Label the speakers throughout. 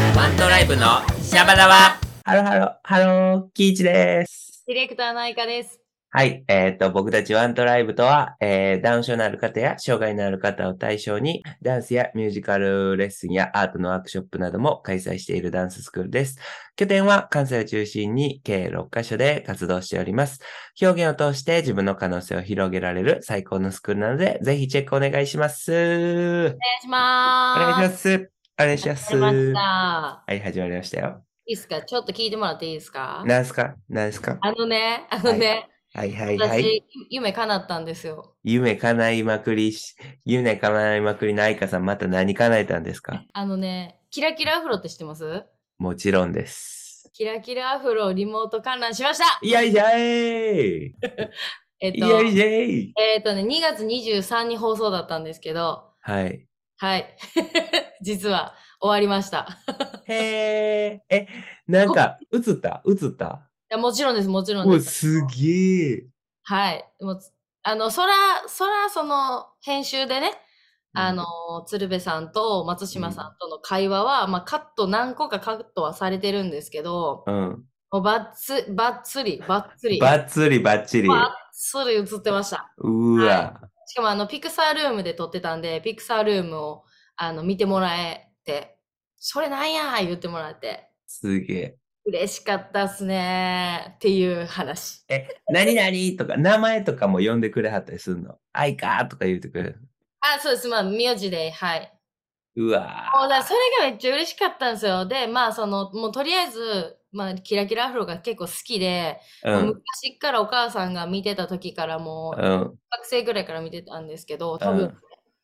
Speaker 1: イブのシャバダバ
Speaker 2: ハロハロ、ハロー、キイチです。
Speaker 3: ディレクターのいかです。
Speaker 2: はい、えっ、と、僕たちワントライブとは、えー、ダウン症のある方や障害のある方を対象に、ダンスやミュージカルレッスンやアートのワークショップなども開催しているダンススクールです。拠点は関西を中心に計6カ所で活動しております。表現を通して自分の可能性を広げられる最高のスクールなので、ぜひチェックお願いします。
Speaker 3: お願いしま
Speaker 2: お願い
Speaker 3: す。
Speaker 2: します。お願いします。
Speaker 3: 始まりまし
Speaker 2: は
Speaker 3: た。
Speaker 2: い、始まりましたよ。
Speaker 3: いいですかちょっと聞いてもらっていいですか
Speaker 2: 何すか何すか
Speaker 3: あのね、あのね、
Speaker 2: はいはいはい。
Speaker 3: 私、夢叶ったんですよ。
Speaker 2: 夢叶いまくりし、夢叶いまくりの愛花さん、また何叶えたんですか
Speaker 3: あのね、キラキラアフロって知ってます
Speaker 2: もちろんです。
Speaker 3: キラキラアフロをリモート観覧しました
Speaker 2: いやいやい
Speaker 3: えっ
Speaker 2: い
Speaker 3: と、
Speaker 2: やいやい
Speaker 3: えっとね、2月23に放送だったんですけど、
Speaker 2: はい。
Speaker 3: はい。 実は終わりました。
Speaker 2: へえ、え、なんか、映った映った
Speaker 3: いやもちろんです、もちろん
Speaker 2: お
Speaker 3: で
Speaker 2: い、
Speaker 3: す。
Speaker 2: すげえ。
Speaker 3: はい。もうつあの、そら、そら、その、編集でね、あの、鶴瓶さんと松島さんとの会話は、まあ、カット、何個かカットはされてるんですけど、
Speaker 2: うん。
Speaker 3: もうばっつ、ばっつり、ばっつり、
Speaker 2: ばっつりばっちり。
Speaker 3: ばっつり映ってました。
Speaker 2: うわ。
Speaker 3: しかも、あの、ピクサールームで撮ってたんで、ピクサールームを、あの、見てもらえて、それなんや言ってもらって、
Speaker 2: すげえ。
Speaker 3: 嬉しかったっすねっていう話。
Speaker 2: え、何々とか、名前とかも呼んでくれはったりするの。愛花とか言うてくれる。
Speaker 3: あ、そうです。まあ、名字で、はい。
Speaker 2: うわ。
Speaker 3: もうだからそれがめっちゃ嬉しかったんですよ。で、まあ、その、もうとりあえず、まあ、キラキラアフロが結構好きで、
Speaker 2: う。
Speaker 3: もうん昔っからお母さんが見てた時からもう、
Speaker 2: う
Speaker 3: 学
Speaker 2: ん。
Speaker 3: 生ぐらいから見てたんですけど、多
Speaker 2: う
Speaker 3: 分
Speaker 2: ん、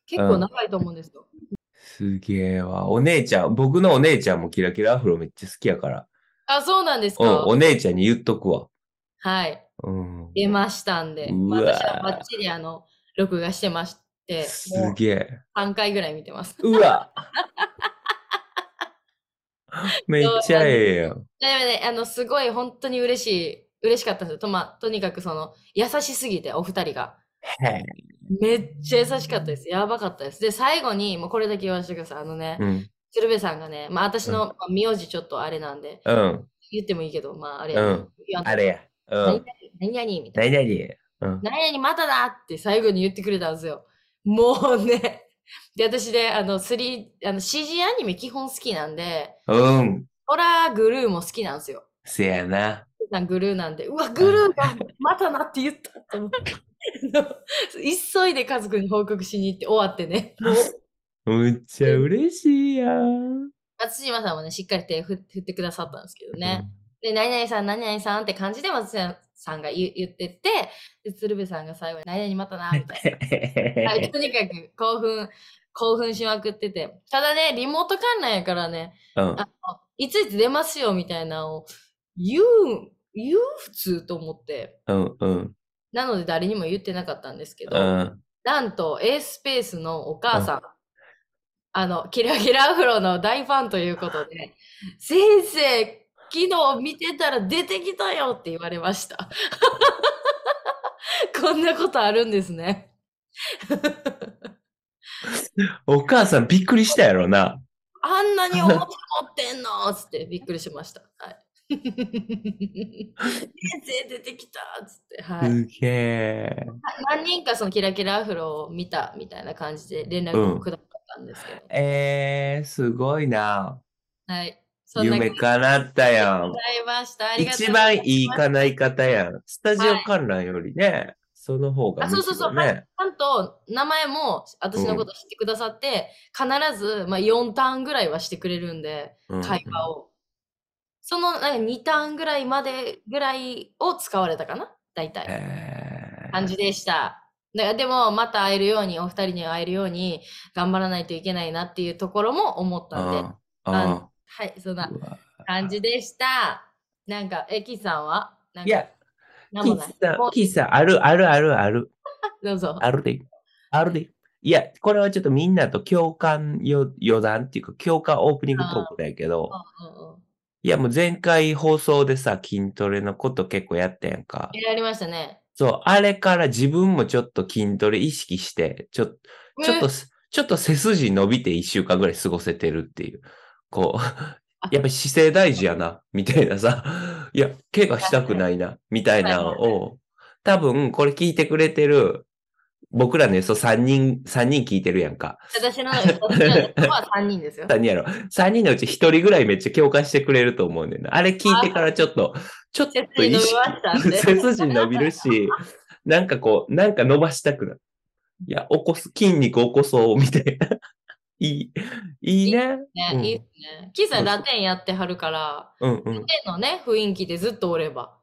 Speaker 3: 結構長いと思うんですよ。
Speaker 2: すげえわ。お姉ちゃん、僕のお姉ちゃんもキラキラアフロめっちゃ好きやから。
Speaker 3: あ、そうなんです
Speaker 2: うん、
Speaker 3: か
Speaker 2: お姉ちゃんに言っとくわ。
Speaker 3: はい。
Speaker 2: うん。
Speaker 3: 出ましたんで、
Speaker 2: うわー
Speaker 3: 私はバッチリあの、録画してまして、
Speaker 2: す
Speaker 3: もう
Speaker 2: げえ。
Speaker 3: 3回ぐらい見てます。
Speaker 2: う わ。めっちゃええやん。
Speaker 3: でもね、あの、すごい本当に嬉しい、嬉しかったんですよ。と、まあ、とにかくその、優しすぎて、お二人が。
Speaker 2: へえ
Speaker 3: めっちゃ優しかったです。やばかったです。で、最後に、もうこれだけ言わせてください。あのね、
Speaker 2: うん。
Speaker 3: 鶴瓶さんがね、まあ私のまあ名字ちょっとあれなんで、
Speaker 2: うん。
Speaker 3: 言ってもいいけど、まああれ、
Speaker 2: うん
Speaker 3: 言わんと
Speaker 2: あれや。うん。
Speaker 3: 何々みたい
Speaker 2: 何々。うん。
Speaker 3: な。何々まただって最後に言ってくれたんですよ。もうね。で、私で、あの、3、あの、CG アニメ基本好きなんで、
Speaker 2: うん。
Speaker 3: ホラーグルーも好きなんですよ。
Speaker 2: せやな。
Speaker 3: なんグルーなんで、うわ、グルーがまたなって言ったと思って あの急いで家族に報告しに行って終わってね。もう
Speaker 2: むっちゃ嬉しいやん。
Speaker 3: 松島さんもね、しっかり手振振ってくださったんですけどね。で、何々さん、何々さんって感じで松島さんが言言ってって、で鶴瓶さんが最後に、何々またな、みたいな。 はい、とにかく興奮、興奮しまくってて。ただね、リモート観覧やからね、
Speaker 2: うん。
Speaker 3: いついつ出ますよ、みたいなのを言う、言う普通と思って。
Speaker 2: うん。うん。
Speaker 3: なので誰にも言ってなかったんですけど、
Speaker 2: うん。
Speaker 3: なんと A スペースのお母さん、あの、キラキラアフロの大ファンということで、 先生、昨日見てたら出てきたよって言われました。 こんなことあるんですね。
Speaker 2: お母さんびっくりしたやろな。
Speaker 3: あんなにおもちゃ持ってんのつってびっくりしました。はい。 先生出てきたつって、はい。
Speaker 2: すげえ。
Speaker 3: 何人かそのキラキラアフロを見たみたいな感じで連絡をくださったんですけど、
Speaker 2: えー、すごいな。
Speaker 3: はい。そんな
Speaker 2: 夢叶ったやん
Speaker 3: ござ。いました。ありがとう
Speaker 2: 一
Speaker 3: ござ
Speaker 2: 番
Speaker 3: い
Speaker 2: い
Speaker 3: ます
Speaker 2: い叶い方やん。スタジオ観覧よりね、その方が
Speaker 3: あ
Speaker 2: むしろ
Speaker 3: そ
Speaker 2: ね。
Speaker 3: うそうそう、はいちゃんと名前も私のこと知ってくださって、必ず、まあ、4ターンぐらいはしてくれるんで、
Speaker 2: うん
Speaker 3: 会話を。そのなんか2ターンぐらいまでぐらいを使われたかな、大体。
Speaker 2: えー
Speaker 3: 感じでした。だからでも、また会えるように、お二人に会えるように頑張らないといけないなっていうところも思ったんで、
Speaker 2: うんう
Speaker 3: あ
Speaker 2: ん
Speaker 3: のはい、そんな
Speaker 2: うわ
Speaker 3: 感じでした。なんか、え、キさんはなん
Speaker 2: い
Speaker 3: か
Speaker 2: や、
Speaker 3: なん
Speaker 2: キ
Speaker 3: も
Speaker 2: ッ
Speaker 3: ない
Speaker 2: さ
Speaker 3: も
Speaker 2: ん、
Speaker 3: う
Speaker 2: キッさん、あるあるあるある、
Speaker 3: どうぞ。
Speaker 2: あるで。あるで。いや、これはちょっとみんなと共感よ余談っていうか、共感オープニングトークだけど、
Speaker 3: うんうん
Speaker 2: いや、もう前回放送でさ、筋トレのこと結構やったやんか。
Speaker 3: やりましたね。
Speaker 2: そう、あれから自分もちょっと筋トレ意識して、ちょっと、ちょっと
Speaker 3: え
Speaker 2: す、ちょっと背筋伸びて一週間ぐらい過ごせてるっていう。こう、やっぱり姿勢大事やな、みたいなさ、いや、怪我したくないな、みたいなのを、多分これ聞いてくれてる、僕らの予想3人、三人聞いてるやんか。
Speaker 3: 私の私のは3人 ですよ。
Speaker 2: 3人やろ。3人のうち1人ぐらいめっちゃ共感してくれると思うねんな。あれ聞いてからちょっと、ちょっ
Speaker 3: 背
Speaker 2: と意
Speaker 3: 筋伸び
Speaker 2: 識
Speaker 3: ました んで。
Speaker 2: 背筋伸びるし、なんかこう、なんか伸ばしたくなる。いや、起こす、筋肉起こそう、みたいな。 いい、いいね。
Speaker 3: ね
Speaker 2: うん
Speaker 3: いいですね。キーさんラテンやってはるから、
Speaker 2: うんうん
Speaker 3: ラ。テンのね、雰囲気でずっとおれば。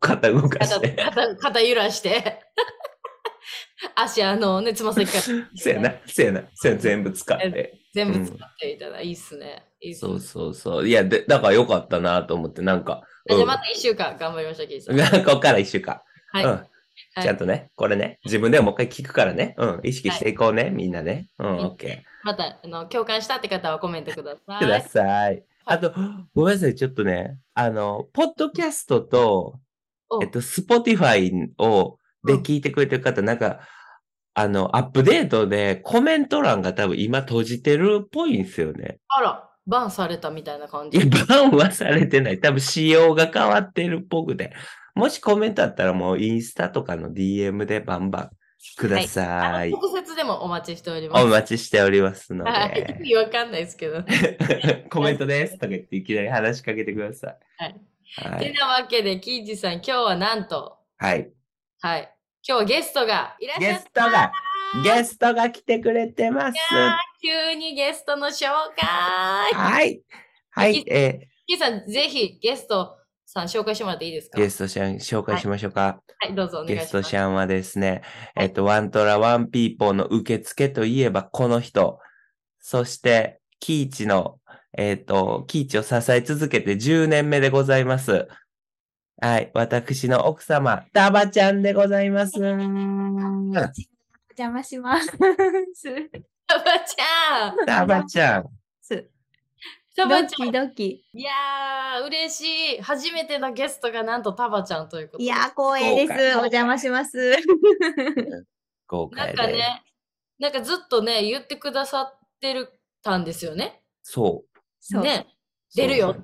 Speaker 2: 肩動か
Speaker 3: 肩
Speaker 2: して。
Speaker 3: 肩肩揺ら して。足、あのね、つま先から。
Speaker 2: せやな、せやな、せやな全部使って。
Speaker 3: 全部使っていたらいいっすね。いいっすね
Speaker 2: そうそうそう。いや、でだからよかったなと思って、なんか。
Speaker 3: あ
Speaker 2: うん
Speaker 3: じゃあまた1週間頑張りましょう、キーさん。
Speaker 2: ここから一週間。
Speaker 3: はい。
Speaker 2: う
Speaker 3: は
Speaker 2: ん。ちゃんとね、これね、自分でももう一回聞くからね。うん。意識していこうね、みんなね。うん、
Speaker 3: い
Speaker 2: オッケー。
Speaker 3: またあの共感したって方はコメントくださ
Speaker 2: くだ
Speaker 3: い。
Speaker 2: さい。あと、ごめんなさい、ちょっとね、あの、ポッドキャストと、
Speaker 3: お
Speaker 2: えっと、スポティファイを、で
Speaker 3: うん
Speaker 2: 聞いてくれてる方、なんか、あの、アップデートでコメント欄が多分今閉じてるっぽいんですよね。
Speaker 3: あら、バンされたみたいな感
Speaker 2: い
Speaker 3: じ。
Speaker 2: や、バンはされてない。多分仕様が変わってるっぽくて。もしコメントあったらもうインスタとかの DM でバンバンくださ
Speaker 3: あ
Speaker 2: い。
Speaker 3: の直接でもお待ちしております。
Speaker 2: お待ちしておりますの
Speaker 3: はい、意
Speaker 2: で。
Speaker 3: 味わかんないですけど。
Speaker 2: コメントですとか言っていきなり話しかけてください。
Speaker 3: はい。
Speaker 2: は
Speaker 3: て
Speaker 2: い。
Speaker 3: なわけで、キージさん、今日はなんと、
Speaker 2: はい、
Speaker 3: はい。今日ゲストがいらっし
Speaker 2: ゲ
Speaker 3: ゃっ
Speaker 2: ストが、ゲストが来てくれてます。
Speaker 3: いや急にゲストの紹介。
Speaker 2: はい。はい
Speaker 3: い。
Speaker 2: え
Speaker 3: キージさん、ぜひゲストさん紹介してもらっていいです
Speaker 2: ー
Speaker 3: か
Speaker 2: ゲストシャン紹介しましょうか。
Speaker 3: はい、どうぞお願いし
Speaker 2: ゲ
Speaker 3: ます。
Speaker 2: ストシャンはですね、
Speaker 3: は
Speaker 2: え
Speaker 3: い
Speaker 2: っと、ワントラワンピーポーの受付といえばこの人、そして、キーチの、えっと、キーチを支え続けて10年目でございます。はい、私の奥様、タバちゃんでございます。
Speaker 1: お邪魔します。
Speaker 3: サバちゃん
Speaker 2: タバちゃん。
Speaker 3: サバ
Speaker 1: ド
Speaker 3: ちゃん
Speaker 1: キドキ。
Speaker 3: いやー、嬉しい。初めてのゲストがなんとタバちゃんということで
Speaker 1: いやー、光栄で
Speaker 2: そう
Speaker 1: す
Speaker 2: か。
Speaker 1: お邪魔し ます。
Speaker 2: 豪快
Speaker 3: なん
Speaker 2: で。
Speaker 3: かね、なんかずっとね、言ってくださってるたんですよね。
Speaker 2: そう。
Speaker 1: そう。
Speaker 3: ね、出るよ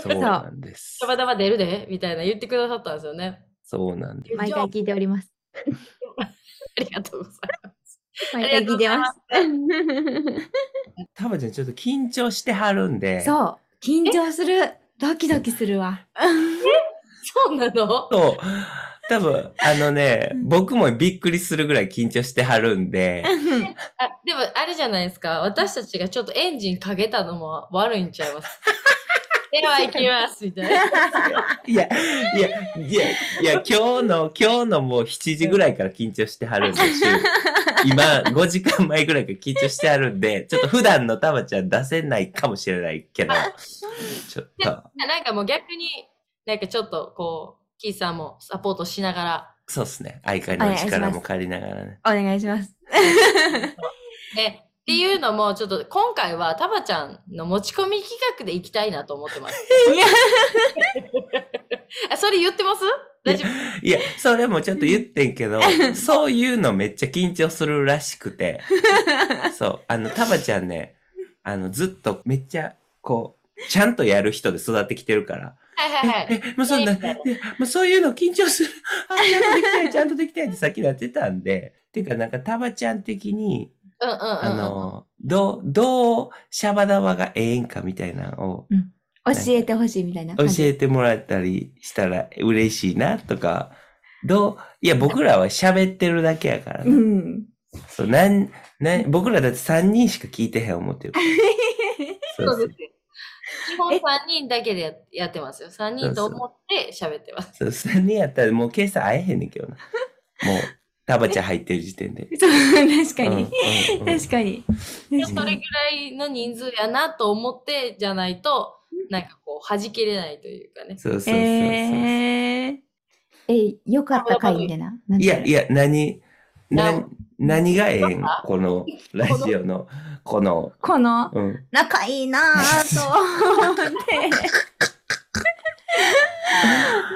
Speaker 2: そうなんです。そうなんです
Speaker 3: た。またま出るで、みたいな言ってくださったんですよね。
Speaker 2: そうなんです。
Speaker 1: 毎回聞いております。
Speaker 3: ありがとうございます。
Speaker 1: 毎回聞いてます。
Speaker 2: タバちゃんちょっと緊張してはるんで。
Speaker 1: そう。緊張する。ドキドキするわ。
Speaker 3: そうなの
Speaker 2: そう。多分、あのね
Speaker 1: う、ん
Speaker 2: 僕もびっくりするぐらい緊張してはるんで、
Speaker 3: あでも、あれじゃないですか。私たちがちょっとエンジンかけたのも悪いんちゃいます。 では行きます、みたいな。
Speaker 2: いや、いや、いや、いや、今日の、今日のもう7時ぐらいから緊張してはるんで、週今、5時間前ぐらいから緊張してはるんで、ちょっと普段のタバちゃん出せないかもしれないけど、 ちょっと、
Speaker 3: なんかもう逆に、なんかちょっとこう、キーさんもサポートしながら、
Speaker 2: そうですね。相方の力も借りながらね。
Speaker 1: お願いします。
Speaker 3: ね、っていうのも、ちょっと今回はタバちゃんの持ち込み企画で行きたいなと思ってます。 あそれ言ってます大丈夫
Speaker 2: いや、それもちょっと言ってんけ ど、そういうのめっちゃ緊張するらしくて、そう。あの、タバちゃんね、あの、ずっとめっちゃ、こう、ちゃんとやる人で育ってきてるから。
Speaker 3: はいはいはい。
Speaker 2: え、もうそんな、
Speaker 3: い
Speaker 2: い
Speaker 3: いね
Speaker 2: やもうそういうの緊張する。あ、ちゃんとできたい、ちゃんとできたいってさっきなってたんで。ていうか、なんか、タバちゃん的に、
Speaker 3: うんうんうん。
Speaker 2: あの、どう、どう、シャバダバがええんかみたいなのを
Speaker 1: 教えてほしいみたいな
Speaker 2: 教
Speaker 1: 感じ。
Speaker 2: えてもらったりしたら嬉しいなとか、どう、いや、僕らは喋ってるだけやから
Speaker 1: う
Speaker 2: な。
Speaker 1: ん。
Speaker 2: そう、なん、なん、僕らだって3人しか聞いてへん思ってる。 そう
Speaker 3: そうですよ。基本3人だけでややってますよ。3人と思って喋ってます。
Speaker 2: そう、3人やったらもう今朝会えへんねんけどな。もう、タバちゃん入ってる時点で。
Speaker 1: そう、確かに。
Speaker 2: うんうんうん
Speaker 1: 確かに。
Speaker 3: でそれぐらいの人数やなと思ってじゃないと、なんかこう、弾けれないというかね。
Speaker 2: そうそうそうそう。
Speaker 1: えーえ、よかったかいみたいな。なん
Speaker 2: い
Speaker 1: てう
Speaker 2: や
Speaker 1: の
Speaker 2: いや、何、な
Speaker 3: な、
Speaker 2: 何がええんこのラジオの、この、
Speaker 1: この、
Speaker 2: うん。
Speaker 1: 仲いいなぁ と思って。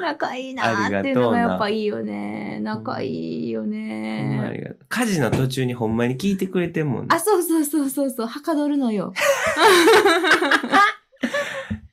Speaker 1: 仲いいなぁっていうのがやっぱいいよね。仲いいよ
Speaker 2: ほんまあ
Speaker 1: ね。
Speaker 2: りがとう家事の途中にほんまに聞いてくれてんもんね
Speaker 1: あ、そうそうそうそうそう、はかどるのよ。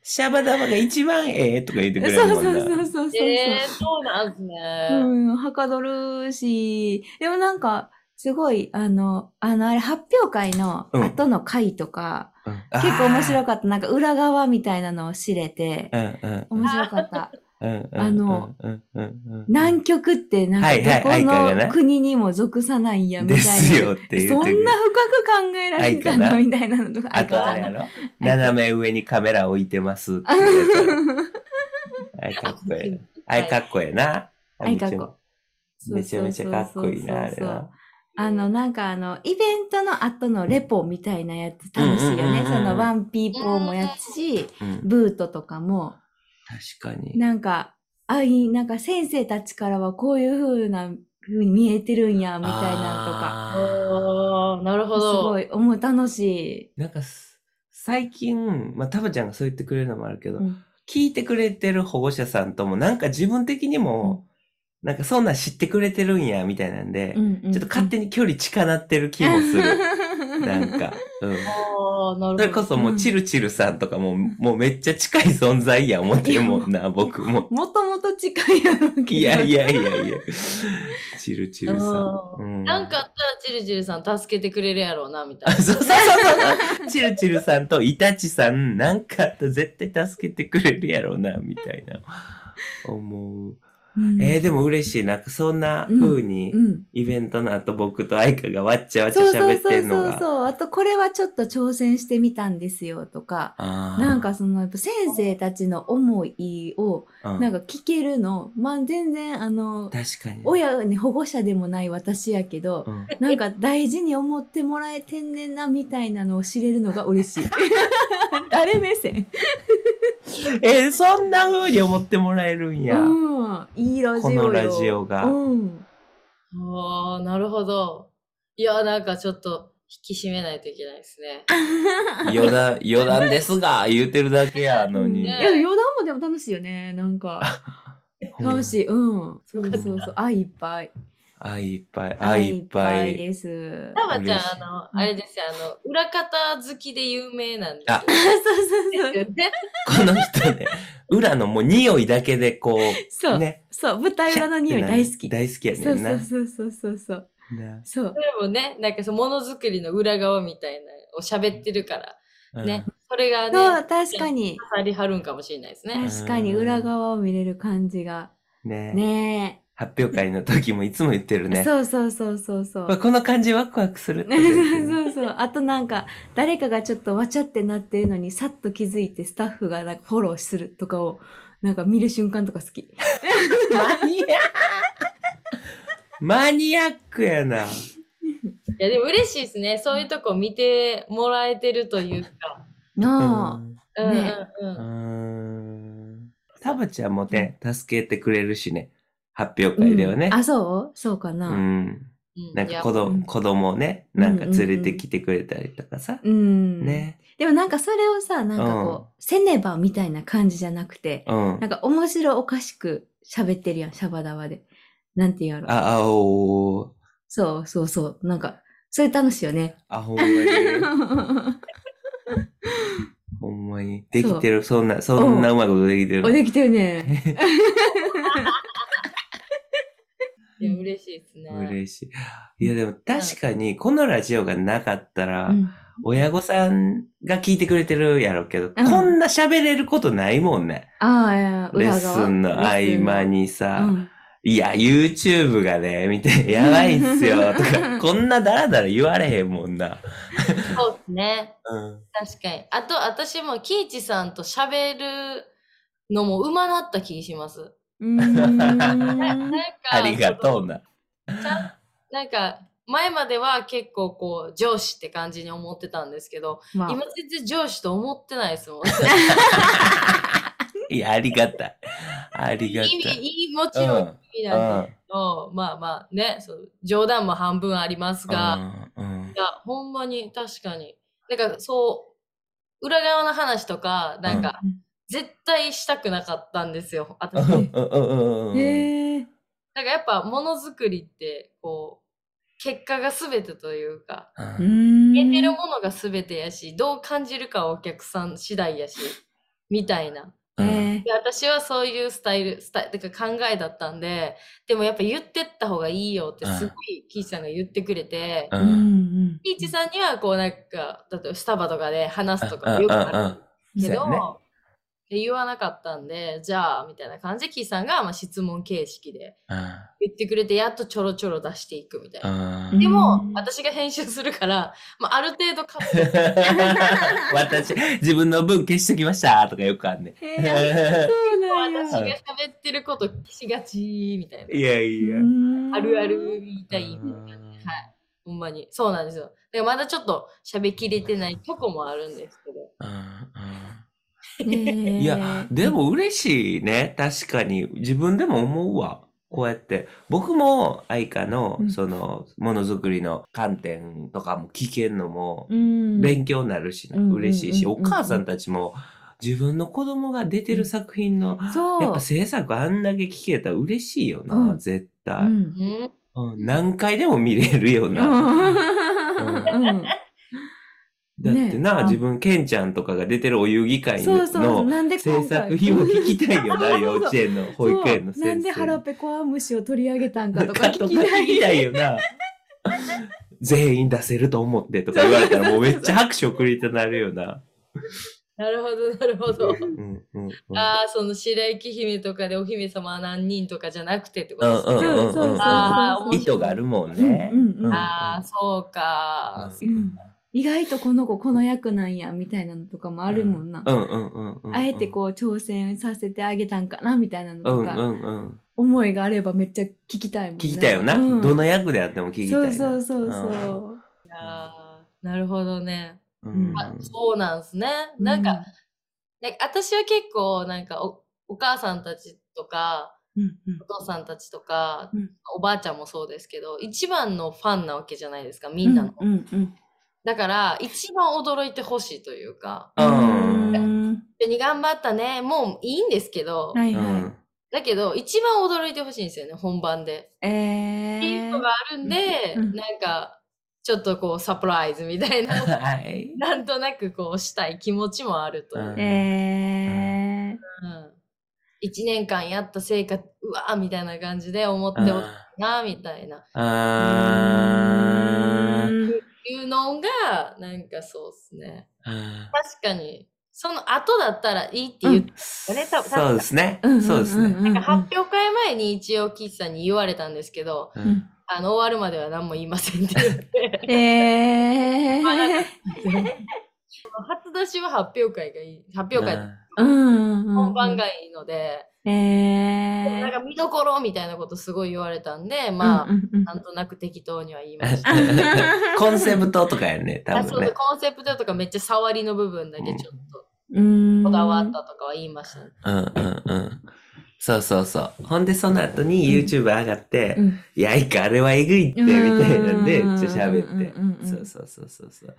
Speaker 2: シャバダバが一番ええとか言ってくれ
Speaker 1: そ
Speaker 2: る
Speaker 1: う
Speaker 2: もん
Speaker 1: そう
Speaker 2: な。
Speaker 1: そうそうそう。
Speaker 3: えー、そうなんですね。
Speaker 1: うん、はかどるし、でもなんか、すごい、あの、あの、あれ、発表会の
Speaker 2: うん
Speaker 1: 後の会と
Speaker 2: う
Speaker 1: か、
Speaker 2: ん
Speaker 1: 結構面白かった。なんか、裏側みたいなのを知れて、
Speaker 2: あーうんうん
Speaker 1: 面白かった。
Speaker 2: うんうん
Speaker 1: あの
Speaker 2: うんうんうんうん
Speaker 1: 南極って、なん
Speaker 2: はいはい
Speaker 1: か、
Speaker 2: 愛
Speaker 1: ど
Speaker 2: 花が
Speaker 1: こ
Speaker 2: ね
Speaker 1: の国にも属さないんや、みた
Speaker 2: で
Speaker 1: いな。
Speaker 2: すよって言って
Speaker 1: そんな
Speaker 2: くる
Speaker 1: 深く考えられてた
Speaker 2: 愛花
Speaker 1: の
Speaker 2: な
Speaker 1: みたいなのとか。
Speaker 2: あとあれや
Speaker 1: 愛
Speaker 2: ろ斜め上にカメラ置いてますって
Speaker 1: 花
Speaker 2: いうやつ。
Speaker 1: な
Speaker 2: あれかっこええな。あれかっこええな。
Speaker 1: 愛花子
Speaker 2: めちゃめちゃめちゃかっこいいな、あれな。
Speaker 1: あの、なんかあの、イベントの後のレポみたいなやつ楽しいよ
Speaker 2: うんうんうんうん
Speaker 1: ね。そのワンピーポーもやつし、
Speaker 2: うん
Speaker 1: ブートとかも、
Speaker 2: 確かに。
Speaker 1: なんか、ああい、なんか先生たちからはこういう風な、風に見えてるんや、みたいなのとか。
Speaker 2: あー
Speaker 3: おーなるほ
Speaker 1: す
Speaker 3: ど。
Speaker 1: ごい、思う、楽し
Speaker 2: なんかす、最近、まあ、タバちゃんがそう言ってくれるのもあるけ
Speaker 1: い。
Speaker 2: ど、
Speaker 1: うん
Speaker 2: 聞いてくれてる保護者さんとも、なんか自分的にも、なんかそんなん知ってくれてるんや、みたいなんで、
Speaker 1: うんうん
Speaker 2: ちょっと勝手に距離近なってる気もする。 なんか、 うん。
Speaker 3: おーなるほど。
Speaker 2: それこそもう、チルチルさんとかも、もうめっちゃ近い存在や、思ってるもんな、僕も。
Speaker 1: もともと近いやろうけど
Speaker 2: いやいやいやいや。チルチルさん。
Speaker 3: う
Speaker 2: うんん
Speaker 3: なんかあったらジルジルさん助けてくれるやろうな、みた
Speaker 2: あ
Speaker 3: い
Speaker 2: そうそうそうそう。チルチルさんとイタチさん、なんかあったら絶対助けてくれるやろうな、みたいな。思う。
Speaker 1: うん
Speaker 2: えー、でも嬉しい。なんかそんな風に、
Speaker 1: うん。
Speaker 2: イベントの後僕と愛花がわっちゃわちゃ
Speaker 1: そうそ
Speaker 2: 喋
Speaker 1: う
Speaker 2: っ
Speaker 1: そ
Speaker 2: て
Speaker 1: うん
Speaker 2: の
Speaker 1: そう
Speaker 2: が。
Speaker 1: そう。あと、これはちょっと挑戦してみたんですよ、とか。な、
Speaker 2: なん
Speaker 1: かそのやっぱ先生たちの思いを
Speaker 2: うん
Speaker 1: なんか聞けるの、まあ全然あの
Speaker 2: 確かに。
Speaker 1: 親に保護者でもない私やけど
Speaker 2: うん
Speaker 1: なんか大事に思ってもらえてんねんなみたいなのを知れるのが嬉しい。 誰目線
Speaker 2: えー、そんな風に思ってもらえるんや。
Speaker 1: うん、いいラジオよ
Speaker 2: このラジオが
Speaker 1: うん、
Speaker 3: な。おーなるほど。いや、なんかちょっと引き締めないといけないですね。
Speaker 2: 余談、余談ですが、言うてるだけやの
Speaker 1: い
Speaker 2: に。
Speaker 1: や余談もでも楽しいよねなんか楽
Speaker 2: い。
Speaker 1: しいうんそうそうそう愛いっぱい
Speaker 2: 愛いっぱい、愛いっぱい。
Speaker 1: です
Speaker 3: タバちゃん、
Speaker 2: 嬉しい
Speaker 3: あの、あれですよ、あの、裏方好きで有名なんで。
Speaker 2: あ
Speaker 1: そうそうそう
Speaker 3: ね
Speaker 2: この人ね、裏のもう匂いだけでこう、
Speaker 1: そう、
Speaker 2: ね。
Speaker 1: そう舞台裏の匂い大好き
Speaker 2: 大好きや
Speaker 1: そ
Speaker 2: ね
Speaker 1: うん
Speaker 2: な。
Speaker 1: そうそうそうそう
Speaker 2: な
Speaker 1: そう
Speaker 3: でもね、なんかそのものづくりの裏側みたいなのを喋ってるか
Speaker 2: う
Speaker 3: ら、
Speaker 2: ん
Speaker 3: ね、それがね、
Speaker 1: そう確かに
Speaker 3: 刺さりはるんかもしれないですね。
Speaker 1: 確かに裏側を見れる感じが
Speaker 2: ね
Speaker 1: ね
Speaker 2: 発表会の時もいつも言ってる
Speaker 1: え、
Speaker 2: ね。
Speaker 1: そうそうそうそうそう
Speaker 2: まあ、この感じワクワクするって
Speaker 1: そ
Speaker 2: ことですよ
Speaker 1: う
Speaker 2: ね
Speaker 1: そうそうあとなんか誰かがちょっとわちゃってなってるのにさっと気づいてスタッフがなんかフォローするとかをなんか見る瞬間とか好き
Speaker 2: マニアマニアックやな。
Speaker 3: いや、でも嬉しいですね。そういうとこ見てもらえてるというか。
Speaker 1: なあ
Speaker 3: うんうん
Speaker 1: ね
Speaker 3: うん。
Speaker 2: うん。うんタバちゃんもね、助けてくれるしね。発表会ではね
Speaker 1: うん。あそうそうか
Speaker 2: う
Speaker 1: な、
Speaker 2: ん。
Speaker 3: うん
Speaker 2: なん
Speaker 3: い
Speaker 2: か
Speaker 3: や
Speaker 2: 子
Speaker 1: う
Speaker 2: 供
Speaker 1: ん
Speaker 2: 子供をね、なんか
Speaker 1: うんうんうん
Speaker 2: 連れてきてくれたりとかさ。
Speaker 1: うん
Speaker 2: ね。
Speaker 1: でもなんかそれをさなんかこう、
Speaker 2: うん
Speaker 1: せねばみたいな感じじゃなくて、
Speaker 2: うん
Speaker 1: な。んか面白おかしく喋ってるやんシャバダバでなんて言うんやろ
Speaker 2: あ、あおー。
Speaker 1: そうそうそうなんかそれ楽しいよね
Speaker 2: あ、ほんまに。ほんまに。できてる。そんな、そんなうまいことできて
Speaker 1: お
Speaker 2: る。
Speaker 1: できてるね
Speaker 3: いや嬉しいですね。
Speaker 2: 嬉しい。いや、でも確かに、このラジオがなかったら、
Speaker 1: うん
Speaker 2: 親御さんが聞いてくれてるやろうけど、
Speaker 1: うん
Speaker 2: こんな喋れることないもんね。
Speaker 1: ああいや、
Speaker 2: レ
Speaker 1: 裏
Speaker 2: ッ
Speaker 1: 側。
Speaker 2: スンの合間に
Speaker 1: レッ
Speaker 2: さ、
Speaker 1: スンの。うん
Speaker 2: いや、YouTube がね、みたいな、やばいっすよ、と
Speaker 1: う
Speaker 2: か、
Speaker 1: ん
Speaker 2: こんなダラダラ言われへんもんな。
Speaker 3: そうですね。
Speaker 2: うん。
Speaker 3: 確かに。あと、私も、キイチさんと喋るのもうまなった気します。
Speaker 1: うー
Speaker 3: なん
Speaker 1: ん
Speaker 3: か、
Speaker 2: ありがとうな。
Speaker 3: なんか、前までは結構こう、上司って感じに思ってたんですけど、
Speaker 1: まあ
Speaker 3: 今全然上司と思ってないですもん。
Speaker 2: いや、ありがたい。ありがた
Speaker 3: 意味、
Speaker 2: い。
Speaker 3: 意味も
Speaker 2: う
Speaker 3: ち
Speaker 2: ん。
Speaker 3: ろ
Speaker 2: うん
Speaker 3: ん意味なんですけど、まあまあね、そう冗談も半分ありますが、
Speaker 2: うん
Speaker 3: いや、ほんまに、確かに。なんか、そう、裏側の話とか、なんか、
Speaker 1: うん
Speaker 3: 絶対したくなかったんですよ、私。
Speaker 2: う
Speaker 3: なんん
Speaker 2: うんうんうんうん
Speaker 1: へえ。
Speaker 3: か、やっぱ、ものづくりって、こう、結果が全てというか、
Speaker 2: う
Speaker 1: うんん
Speaker 3: 見えてるものが全てやし、どう感じるかはお客さん次第やし、みたいな。
Speaker 1: え
Speaker 2: うん
Speaker 1: ー
Speaker 3: で私はそういうスタイル、スタイル、てか考えだったんで、でもやっぱ言ってった方がいいよってすごいキイチさんが言ってくれて、
Speaker 2: う
Speaker 1: うんうんん
Speaker 3: キイチさんにはこうなんか、だとスタバとかで話すとか
Speaker 2: うん
Speaker 3: よく
Speaker 2: うんうんう
Speaker 3: あ
Speaker 2: ん
Speaker 3: るけど、
Speaker 2: そうやね
Speaker 3: って言わなかったんで、じゃあ、みたいな感じでキイチさんがまあ質問形式で
Speaker 2: う
Speaker 3: 言ってくれて、やっとちょろちょろ出していくみたい
Speaker 2: ん。う
Speaker 3: な。
Speaker 1: うんん
Speaker 3: でも
Speaker 1: うん、
Speaker 3: 私が編集す るから、まあ、ある程度カット
Speaker 2: 私、自分の分消しときましたとかよくあんね。
Speaker 1: へーそうなんや
Speaker 3: 私が喋ってること消しがちみたいな。
Speaker 2: いやいうや。
Speaker 1: ん
Speaker 3: あるある言いたいみたいな。
Speaker 2: うん
Speaker 3: はい。ほんまに。そうなんですよ。だからまだちょっと喋きれてないとこもあるんですけど。
Speaker 2: うんうん
Speaker 1: ねえ
Speaker 2: いや、でも嬉しいね。確かに。自分でも思うわ。こうやって。僕も、愛花の
Speaker 1: う、ん
Speaker 2: その、ものづくりの観点とかも聞けんのも、
Speaker 1: うん
Speaker 2: 勉強になるしな、
Speaker 1: うん
Speaker 2: 嬉しいし、
Speaker 1: うん
Speaker 2: お
Speaker 1: うんうん
Speaker 2: 母さんたちも、自分の子供が出てる作品の、やっ
Speaker 1: そう
Speaker 2: ぱ制作あんだけ聞けたら嬉しいよな、
Speaker 1: うん
Speaker 2: 絶
Speaker 1: う
Speaker 2: 対、
Speaker 1: ん
Speaker 3: うん。
Speaker 2: うん何回でも見れるよな。
Speaker 1: うん
Speaker 2: だってな、
Speaker 1: ね
Speaker 2: 自分、ケンちゃんとかが出てるお遊戯会の、
Speaker 1: そうそうなんで
Speaker 2: 制
Speaker 1: 今
Speaker 2: 作
Speaker 1: 回
Speaker 2: 費を聞きたいよ
Speaker 1: そ
Speaker 2: な、
Speaker 1: う
Speaker 2: 幼稚園の保育園の
Speaker 1: そうなん
Speaker 2: 先
Speaker 1: で
Speaker 2: 生
Speaker 1: 腹
Speaker 2: に。
Speaker 1: ペコアムシを取り上げたんか
Speaker 2: なん
Speaker 1: と
Speaker 2: か
Speaker 1: か
Speaker 2: と
Speaker 1: 聞
Speaker 2: か
Speaker 1: きた
Speaker 2: 聞
Speaker 1: い
Speaker 2: きたいよな。 全員出せると思ってとか言われたらもうめっちゃ拍手送りたなるよな。
Speaker 3: なるほど、なるほど。
Speaker 2: うんうんうん
Speaker 3: ああ、その白雪姫とかでお姫様は何人とかじゃなくてってこ
Speaker 2: う
Speaker 3: と
Speaker 2: ん
Speaker 3: で
Speaker 2: う
Speaker 3: すね。
Speaker 2: んうん
Speaker 1: そうそううん
Speaker 3: あー
Speaker 1: そう
Speaker 3: 面
Speaker 2: 意
Speaker 3: 白い
Speaker 2: 図があるもんね。
Speaker 1: うんうんうん
Speaker 3: ああ、そうか。
Speaker 1: うん意外とこの子この役なんやみたいなのとかもあるもんな、
Speaker 2: うんうんうんうん。
Speaker 1: あえてこう挑戦させてあげたんかなみたいなの
Speaker 2: う
Speaker 1: と
Speaker 2: ん
Speaker 1: か、
Speaker 2: うんうん。
Speaker 1: 思いがあればめっちゃ聞きたいもん
Speaker 2: 聞きたいよな。
Speaker 1: うん
Speaker 2: どの役であっても聞きたいな。
Speaker 1: そうそうそうそう、
Speaker 3: いやーなるほどね。
Speaker 2: うん。
Speaker 3: あそうなんですね。なんか、なんか私は結構なんかおお母さんたちとか
Speaker 1: うんうん
Speaker 3: お父さんたちとか、
Speaker 1: うん
Speaker 3: おばあちゃんもそうですけど一番のファンなわけじゃないですかみんなの、
Speaker 1: うんうん
Speaker 3: だから一番驚いてほしいというか
Speaker 1: うん
Speaker 2: う。
Speaker 1: うんん
Speaker 3: 「一緒に頑張ったねもういいんですけど、
Speaker 1: はいうはい、
Speaker 2: ん。
Speaker 3: だけど一番驚いてほしいんですよね本番で、
Speaker 1: え
Speaker 3: っていう
Speaker 1: ー
Speaker 3: のがあるんで、
Speaker 1: うん
Speaker 3: なんかちょっとこうサプライズみたい な
Speaker 2: はい。
Speaker 3: なんとなくこうしたい気持ちもあるという
Speaker 2: うん
Speaker 1: えー
Speaker 3: うん、1年間やった成果うわーみたいな感じで思って
Speaker 2: う
Speaker 3: お
Speaker 2: ん
Speaker 3: ったなみたいな
Speaker 2: あー
Speaker 3: いうのがなんかそうですね
Speaker 2: うん
Speaker 3: 確かにその後だったらいいって言って、よね多分
Speaker 2: そうですね
Speaker 1: うんうんうんう。ん
Speaker 2: そうですね。
Speaker 1: うん
Speaker 3: なんか発表会前に一応岸さんに言われたんですけど
Speaker 2: う
Speaker 1: うんん
Speaker 3: あの終わるまでは何も言いませんって言 って
Speaker 1: えー
Speaker 3: 初出しは 発表会がいい発表会、
Speaker 1: うんうん
Speaker 3: 本番がいいので、
Speaker 1: え
Speaker 3: なん
Speaker 1: ー
Speaker 3: か見どころみたいなことすごい言われたんでまあ、
Speaker 1: うんうんうん
Speaker 3: なんとなく適当には言いました
Speaker 2: コンセプトとかやね、多
Speaker 3: あそ
Speaker 2: 分
Speaker 3: うそ
Speaker 2: ね
Speaker 3: う。コンセプトとかめっちゃ触りの部分だけちょっと
Speaker 1: うん
Speaker 3: こだわったとかは言いましたね。
Speaker 2: うんうんうん。そうそうそう。ほんで、その後に YouTube 上がって
Speaker 1: う、ん
Speaker 2: いや、いいか、あれはえぐいって、みたいなんで、ち
Speaker 1: う
Speaker 2: ょ
Speaker 1: ん
Speaker 2: っと喋って
Speaker 1: うんうんうんう。ん
Speaker 2: そうそうそうそうそう。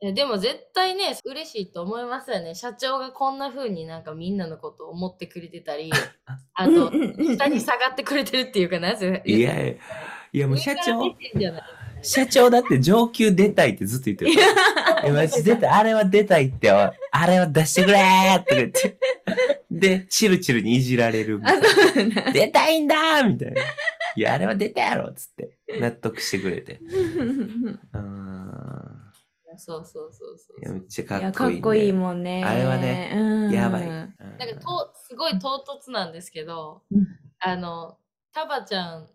Speaker 3: いやでも絶対ね、嬉しいと思いますよね。社長がこんな風になんかみんなのことを思ってくれて たり、あと
Speaker 1: う、んうんうん
Speaker 3: 下に下がってくれてるっていうかなぜ
Speaker 2: い、や、いや、もう
Speaker 3: 上か
Speaker 2: 社
Speaker 3: ら
Speaker 2: 長
Speaker 3: 見、てんじゃない
Speaker 2: 社長だって上級出たいってずっと言ってるから。え、マジ出たい、あれは出たいって、あれは出してくれーって言って。で、チルチルにいじられるみたいな。出たいんだーみたいな。いや、あれは出たやろっつって。納得してくれて。うーん。
Speaker 3: そうそうそうそ
Speaker 2: いうや、めっちゃ
Speaker 1: いや
Speaker 2: か
Speaker 1: か
Speaker 2: っ
Speaker 1: っ
Speaker 2: こ
Speaker 1: こ
Speaker 2: いい、
Speaker 1: いいもんね。
Speaker 2: あれはね
Speaker 1: うん
Speaker 2: やばい。
Speaker 3: なんかと、すごい唐突なんですけど、
Speaker 1: うん
Speaker 3: あの、タバちゃんか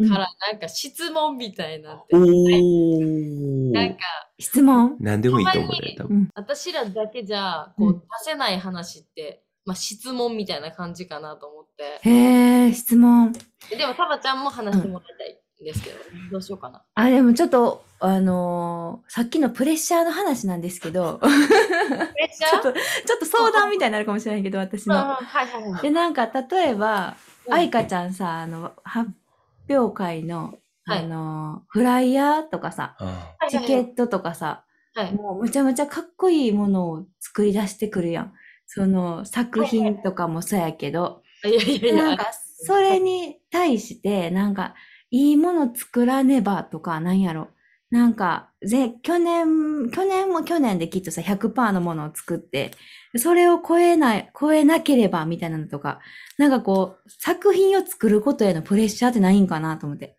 Speaker 1: うん
Speaker 3: らなんか質問みたいなって、
Speaker 2: お
Speaker 3: なん
Speaker 2: ー
Speaker 3: か。
Speaker 1: 質問
Speaker 2: なんでもいいと思うね、多分。
Speaker 3: 私らだけじゃこ
Speaker 1: う
Speaker 3: うん出せない話って、まあ、質問みたいな感じかなと思っ
Speaker 1: へえ、質問。
Speaker 3: てでもタバちゃんも話してもらいたいんですけど、どうしようかな
Speaker 1: あ、でもちょっと、あのーさっきのプレッシャーの話なんですけど、ち
Speaker 3: プレッシ
Speaker 1: ょ
Speaker 3: ャ
Speaker 1: っ
Speaker 3: ー
Speaker 1: と、ちょっと相談みたいになるかもしれないけど、私
Speaker 3: うんうん
Speaker 1: の。
Speaker 3: はいはいはい
Speaker 1: で、なんか、例えば、
Speaker 3: うん
Speaker 1: 愛花ちゃんさ、あの、発表会の、
Speaker 3: はい
Speaker 1: あのーフライヤーとかさ、
Speaker 2: あ
Speaker 3: はい
Speaker 1: チ
Speaker 3: はい
Speaker 1: ケットとかさ、
Speaker 3: はいはい
Speaker 1: もうむちゃむちゃかっこいいものを作り出してくるやん。その作品とかもそうやけど、
Speaker 3: あいやいやいや
Speaker 1: なんかそれに対して、なんかいいもの作らねばとか、なんやろ。なんか、ぜ、去年、去年も去年できっとさ、100%のものを作って、それを超えない、超えなければ、みたいなのとか、なんかこう、作品を作ることへのプレッシャーってないんかなと思って、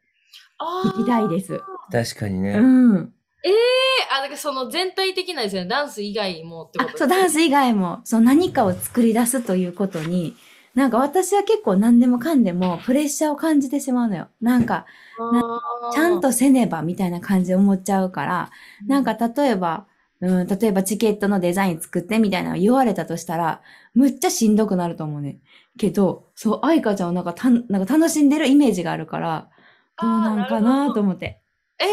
Speaker 3: あー
Speaker 1: 聞きたいです。
Speaker 2: 確かにね。
Speaker 1: うん。
Speaker 3: あ、だからその全体的なですよね。ダンス以外もってこ
Speaker 1: あ
Speaker 3: と、
Speaker 1: そう、ダンス以外も、そう、何かを作り出すということに、なんか私は結構何でもかんでもプレッシャーを感じてしまうのよ。なんか、
Speaker 3: あー
Speaker 1: ちゃん、とせねばみたいな感じで思っちゃうから、なんか例えば、うん、例えばチケットのデザイン作ってみたいなの言われたとしたら、むっちゃしんどくなると思うね。けど、そう、愛花ちゃんをなんかたん、なんか楽しんでるイメージがあるから、どうなんか
Speaker 3: あーなるほ
Speaker 1: な
Speaker 3: ど
Speaker 1: と思って。
Speaker 3: えー、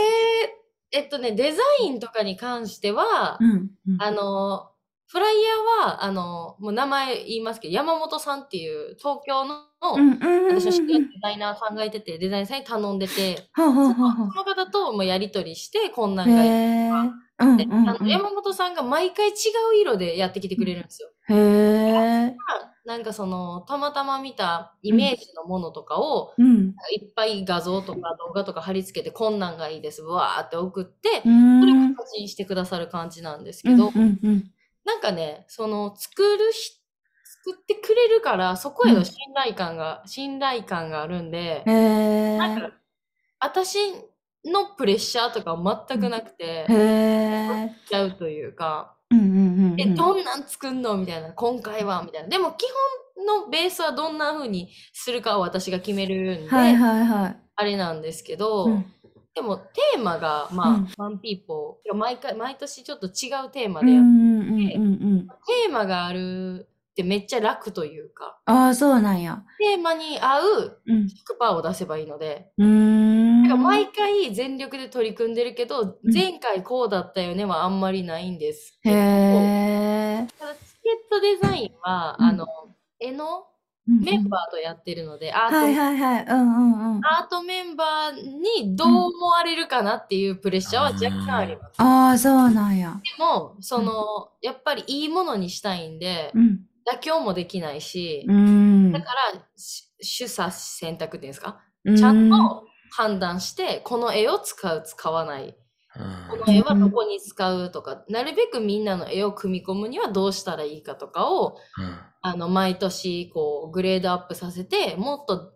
Speaker 3: えっとね、デザインとかに関しては、
Speaker 1: うん。うん
Speaker 3: あの、フライヤーは、あの、もう名前言いますけど、山本さんっていう東京の、
Speaker 1: うんうんうんうん。
Speaker 3: 私の知り合いのデザイナーさんがいてて、デザインさんに頼んでて、
Speaker 1: ほうほうほうほう
Speaker 3: その方ともやりとりして、こんな
Speaker 1: へ
Speaker 3: んがいい
Speaker 1: え。うん
Speaker 3: で
Speaker 1: うん
Speaker 3: あ
Speaker 1: う
Speaker 3: の
Speaker 1: ん。
Speaker 3: 山本さんが毎回違う色でやってきてくれるんですよ。
Speaker 1: へえ。
Speaker 3: なんかその、たまたま見たイメージのものとかを、
Speaker 1: うん。
Speaker 3: いっぱい画像とか動画とか貼り付けて、こんなんがいいです、わーって送って
Speaker 1: う、ん。
Speaker 3: それを
Speaker 1: うん
Speaker 3: 形にしてくださる感じなんです
Speaker 1: う
Speaker 3: けど、
Speaker 1: んうん。
Speaker 3: なんかね、その、作るひ、作ってくれるから、そこへの信頼感が、信頼感があるんで、
Speaker 1: へえ。
Speaker 3: なんか、私のプレッシャーとか全くなくて、や
Speaker 1: へ
Speaker 3: っ
Speaker 1: え。
Speaker 3: ちゃうというか、
Speaker 1: うんうんうんうん。
Speaker 3: え、どんなん作んのみたいな、今回はみたいな。でも、基本のベースはどんな風にするかは私が決めるんで、
Speaker 1: はいはいはい。
Speaker 3: あれなんですけど、
Speaker 1: うん
Speaker 3: でも、テーマが、まあ、
Speaker 1: うん
Speaker 3: ワンピーポー、毎回、毎年ちょっと違うテーマ
Speaker 1: う
Speaker 3: で、
Speaker 1: んう
Speaker 3: テ
Speaker 1: んうんうんうん。
Speaker 3: ーマがあるってめっちゃ楽というか、
Speaker 1: ああ、そうなんや。
Speaker 3: テーマに合う
Speaker 1: うん。
Speaker 3: 100%を出せばいいので、
Speaker 1: うーん。
Speaker 3: なんか毎回全力で取り組んでるけど、
Speaker 1: ん
Speaker 3: 前回こうだったよねはあんまりないんですけ
Speaker 1: へ
Speaker 3: ど、た
Speaker 1: え。
Speaker 3: だチケットデザインは、
Speaker 1: うん
Speaker 3: あの、絵のメンバーとやってるので、アー
Speaker 1: ー
Speaker 3: ト、
Speaker 1: はいはいはい。うんうんうん。あ
Speaker 3: アートメンバーにどう思われるかなっていうプレッシャーは若干あります。
Speaker 1: あー、そうなんや。
Speaker 3: でも、その、やっぱりいいものにしたいんで
Speaker 1: う、ん。
Speaker 3: 妥協もできないし
Speaker 1: う、ん
Speaker 3: だ。から、し取捨選択っていうんですか
Speaker 1: う
Speaker 3: ちゃんと判断して、この絵を使う、使わない。この絵はどこに使うとか、なるべくみんなの絵を組み込むにはどうしたらいいかとかを、あの、毎年、こう、グレードアップさせて、もっと、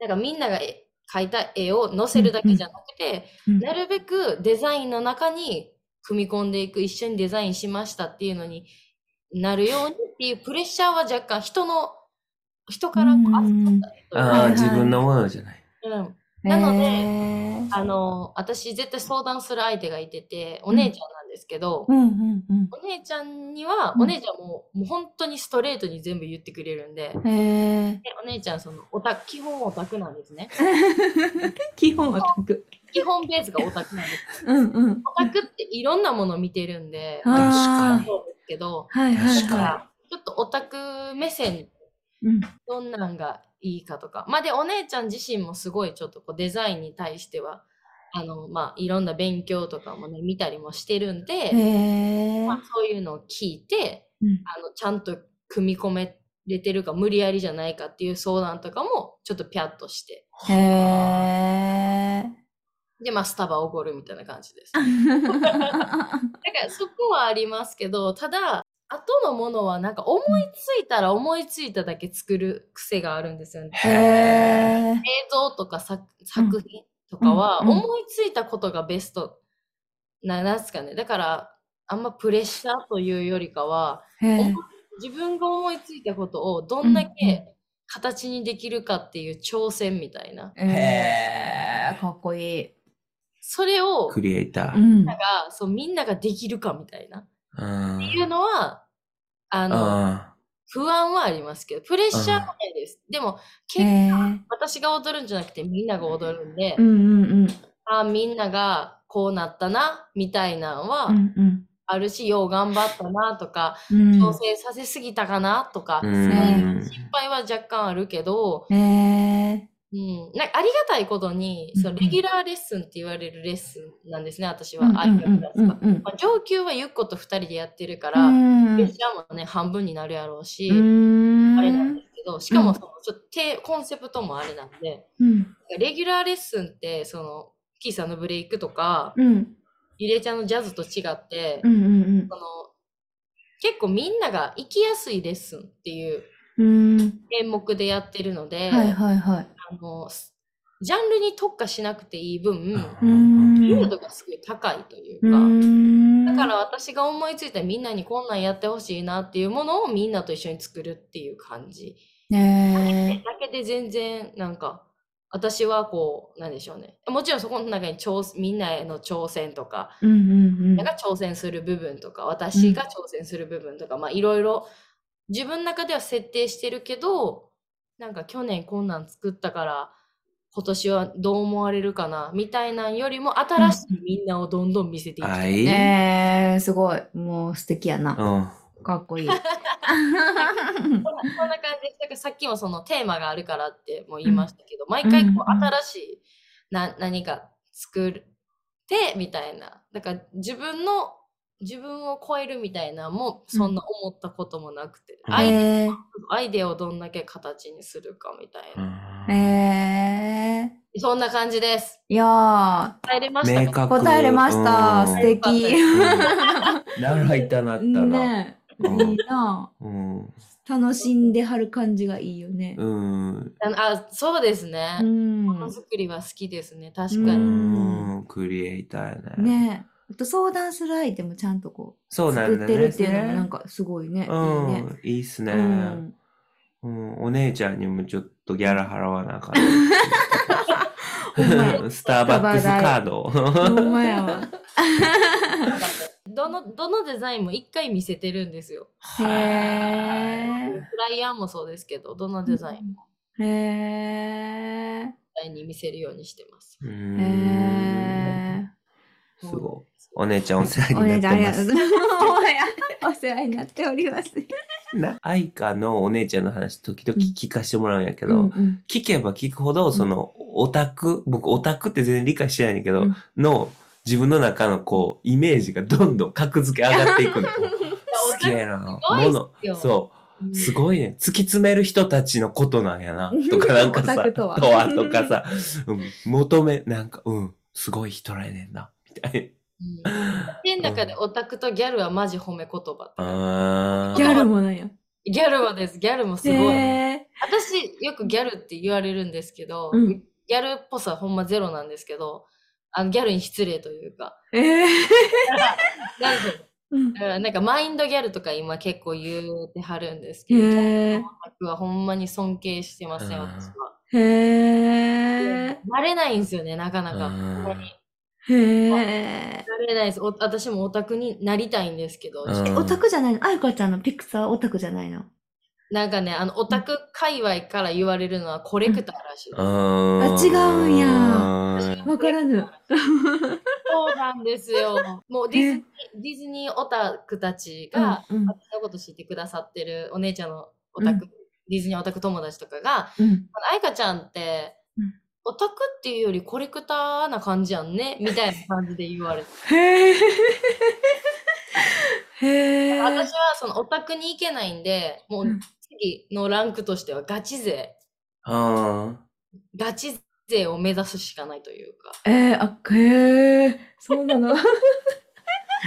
Speaker 3: なんかみんながえ描いた絵を載せるだけじゃなくて、
Speaker 1: うん
Speaker 3: なるべくデザインの中に組み込んでいく、一緒にデザインしましたっていうのになるようにっていうプレッシャーは若干人の、人からこう預かったりと
Speaker 2: ああ
Speaker 3: か
Speaker 2: ー、自分のものじゃない。
Speaker 3: うん
Speaker 1: へー
Speaker 3: なのあの、私絶対相談する相手がいてて、お姉ちゃんなんですけど、
Speaker 1: うんうんうん。
Speaker 3: お姉ちゃんには、
Speaker 1: うん
Speaker 3: お姉ちゃんも、もう本当にストレートに全部言ってくれるんで、で
Speaker 1: へえ。
Speaker 3: お姉ちゃん、その、オタク、基本オタクなんです ね。
Speaker 1: 基本は聞く。
Speaker 3: 基本ベースがオタクなんです。
Speaker 1: うんうん。
Speaker 3: オタクっていろんなもの見てるんで、そう
Speaker 1: あ
Speaker 2: か
Speaker 1: あ
Speaker 2: に
Speaker 1: ー。
Speaker 3: ですけど、
Speaker 1: はいはい
Speaker 2: 確
Speaker 3: だか
Speaker 1: は
Speaker 3: ら、ちょっとオタク目線、
Speaker 1: い。うん。
Speaker 3: どんなんがいいかとか。まあ、で、お姉ちゃん自身もすごいちょっとこうデザインに対しては、あの、まあ、いろんな勉強とかもね、見たりもしてるんで、
Speaker 1: へえ。
Speaker 3: まあ、そういうのを聞いて、
Speaker 1: うん
Speaker 3: あのちゃんと組み込めれてるか無理やりじゃないかっていう相談とかもちょっとピャッとして
Speaker 1: へえ。
Speaker 3: でまあスタバおごるみたいな感じですだからそこはありますけどただ後のものはなんか思いついたら思いついただけ作る癖があるんですよね
Speaker 1: へえ。
Speaker 3: 映像とか作作品とかは
Speaker 1: うんうん
Speaker 3: 思いついたことがベストななんですかねだからあんまプレッシャーというよりかは
Speaker 1: へえ。
Speaker 3: 自分が思いついたことをどんだ
Speaker 1: うんうん
Speaker 3: け形にできるかっていう挑戦みたいな。
Speaker 1: へーかっこいい。
Speaker 3: それを、
Speaker 2: クリエイタ
Speaker 1: う
Speaker 2: ー。
Speaker 1: ん。
Speaker 3: なんかそうみんなができるかみたいな。
Speaker 2: うん
Speaker 3: っていうのは、あの、
Speaker 2: あ
Speaker 3: 不安はありますけど、プレッシャーはないです。でも、結
Speaker 1: へえ。
Speaker 3: 私が踊るんじゃなくてみんなが踊るんで、
Speaker 1: うんうんうん。
Speaker 3: あみんながこうなったな、みたいなの
Speaker 1: う
Speaker 3: は
Speaker 1: んうん。
Speaker 3: あるし、よう頑張ったなとか、
Speaker 1: うん
Speaker 3: 調整させすぎたかなとか、
Speaker 2: ーう。
Speaker 3: そういうん失敗は若干あるけど、
Speaker 1: へえ。
Speaker 3: うん、なんかありがたいことに、
Speaker 1: うん
Speaker 3: そのレギュラーレッスンって言われるレッスンなんですね、私は。
Speaker 1: うんうん
Speaker 3: アイドルクラスが
Speaker 1: うんうん
Speaker 3: まあ、上級はゆっこと二人でやってるか
Speaker 1: う
Speaker 3: ら、
Speaker 1: ん
Speaker 3: プレッシャーもね、半分になるやろうし、
Speaker 1: うん
Speaker 3: あれなんですけど、しか
Speaker 1: う
Speaker 3: も
Speaker 1: ん
Speaker 3: そのちょっとてコンセプトもあれなんで、
Speaker 1: うん
Speaker 3: レギュラーレッスンって、その、キーさんのブレイクとか、
Speaker 1: うん
Speaker 3: ゆりえちゃんのジャズと違って、
Speaker 1: うんうん
Speaker 3: その結構みんなが行きやすいレッスンっていう
Speaker 1: うん。う
Speaker 3: 演目でやってるので、
Speaker 1: ーん。はいはいはい。
Speaker 3: あのジャンルに特化しなくていい分、
Speaker 1: うーん
Speaker 3: 頻度がすごい高いという
Speaker 1: うー
Speaker 3: か、
Speaker 1: ん。
Speaker 3: だから私が思いついたみんなにこんなんやってほしいなっていうものをみんなと一緒に作るっていう感じ。
Speaker 1: ね
Speaker 3: だけで全然なんか私はこうなんでしょうねもちろんそこの中に挑みんなへの挑戦とか、
Speaker 1: え。うんうんうん。
Speaker 3: みんなが挑戦する部分とか私が挑戦する部分とか、まあいろいろ自分の中では設定してるけどなんか去年こんなん作ったから今年はどう思われるかなみたいなんよりも新しいみんなをどんどん見せていきた。
Speaker 2: はいい。
Speaker 1: ねえ、すごい。もう素敵やな。
Speaker 2: うん。
Speaker 1: かっこいい。
Speaker 3: こんなこんな感じです。だからさっきもそのテーマがあるからっても言いましたけど、毎回こう
Speaker 1: うんうん
Speaker 3: 新しいな何か作ってみたいな。だから自分の自分を超えるみたいなもそんな思ったこともなくて、
Speaker 2: うん
Speaker 3: アイ
Speaker 1: ええ
Speaker 3: アイデアをどんだけ形にするかみたいな。
Speaker 1: ええ
Speaker 3: そんな感じです。
Speaker 1: いや
Speaker 3: 入れました
Speaker 2: 明
Speaker 3: か
Speaker 1: ー
Speaker 2: 確。
Speaker 1: 答えれました。
Speaker 2: うん
Speaker 1: 素敵。
Speaker 2: うんなる入ったなったな。
Speaker 1: ねえ、いいな。
Speaker 2: うん。
Speaker 1: 楽しんではる感じがいいよね。
Speaker 2: うん。
Speaker 3: あそうですね
Speaker 1: う。ん。
Speaker 3: ものづくりは好きですね。確か
Speaker 2: う
Speaker 3: に。
Speaker 2: ん。クリエイターやね。
Speaker 1: ねえ。あと相談する相手もちゃんとこ
Speaker 2: そう
Speaker 1: う、
Speaker 2: な
Speaker 1: 作
Speaker 2: ん
Speaker 1: っ
Speaker 2: だ
Speaker 1: て
Speaker 2: ね。
Speaker 1: るっていうのもなんかすごいね。いいね。
Speaker 2: うん。いいっすね
Speaker 1: う。ん。
Speaker 2: うんお姉ちゃんにもちょっとギャラ払わなあか
Speaker 1: ほんまや
Speaker 2: ん。スターバックスカードを。
Speaker 1: ほんまやわ。
Speaker 3: どのどのデザインも一回見せてるんですよ。フ
Speaker 1: へえ。
Speaker 3: ライヤーもそうですけど、どのデザインも
Speaker 1: へえ。
Speaker 3: 絶対に見せるようにしてます。
Speaker 2: う
Speaker 1: へ
Speaker 2: ん
Speaker 1: え。
Speaker 2: すごい。お姉ちゃんお世話
Speaker 1: お
Speaker 2: に
Speaker 1: 姉ち
Speaker 2: な
Speaker 1: ゃん
Speaker 2: ってま
Speaker 1: ありがとう
Speaker 2: す。
Speaker 1: ござい ます。お世話になっております。
Speaker 2: な、愛花のお姉ちゃんの話、時々聞かしてもらうんやけ
Speaker 1: う
Speaker 2: ど、
Speaker 1: んうん
Speaker 2: 聞けば聞くほど、その、オタク、僕オタクって全然理解してないんだけど、
Speaker 1: うん
Speaker 2: の、自分の中のこう、イメージがどんどん格付け上がっていくの。 すげえな。
Speaker 3: すごいっす
Speaker 2: も
Speaker 3: よ
Speaker 2: の、そう、すごいね。突き詰める人たちのことなんやな。とか、なんかさ、
Speaker 1: オタクとは
Speaker 2: とかさ、うん求め、なんか、うん、すごい人らやねんな、みたい
Speaker 3: うん手の中でオタクとギャルはマジ褒め言葉。
Speaker 2: な。あー
Speaker 1: ギャルもなんや。
Speaker 3: ギャルはです、ギャルもす
Speaker 1: へ
Speaker 3: ごい。
Speaker 1: え
Speaker 3: 私、よくギャルって言われるんですけど、
Speaker 1: うん
Speaker 3: ギャルっぽさほんまゼロなんですけど、あのギャルに失礼というか。
Speaker 1: ええ。
Speaker 3: なるほど
Speaker 1: うん
Speaker 3: だからなんかマインドギャルとか今結構言うてはるんですけど、
Speaker 1: へえ。
Speaker 3: 僕はほんまに尊敬してますね、
Speaker 2: うん
Speaker 3: 私は。
Speaker 1: へえ。
Speaker 3: なれないんですよね、なかなか。
Speaker 2: うん
Speaker 3: ほんまに
Speaker 1: へえ。
Speaker 3: なれないです。お私もオタクになりたいんですけど、
Speaker 2: うん
Speaker 1: えオタクじゃないのあゆかちゃんのピクサーオタクじゃないの
Speaker 3: なんかね、あの、オタク界隈から言われるのはコレクターらしいです。
Speaker 2: あ
Speaker 1: あ違うんや
Speaker 2: や
Speaker 1: わからぬ。
Speaker 3: そうなんです よ。もうディズニー、ディズニーオタクたちが、
Speaker 1: うん
Speaker 3: 私のこと知ってくださってるお姉ちゃんのオタク、
Speaker 1: う
Speaker 3: ディズニーオタク友達とかが、
Speaker 1: うん
Speaker 3: あいかちゃんって、
Speaker 1: うん
Speaker 3: オタクっていうよりコレクターな感じやんねみたいな感じで言われて
Speaker 1: へえ。へ え。
Speaker 3: 私はそのオタクに行けないんでもう
Speaker 1: うん
Speaker 3: 次のランクとしてはガチ勢
Speaker 2: あ
Speaker 3: ガチ勢を目指すしかないというか。
Speaker 1: えー、あ、へえ。そうなの。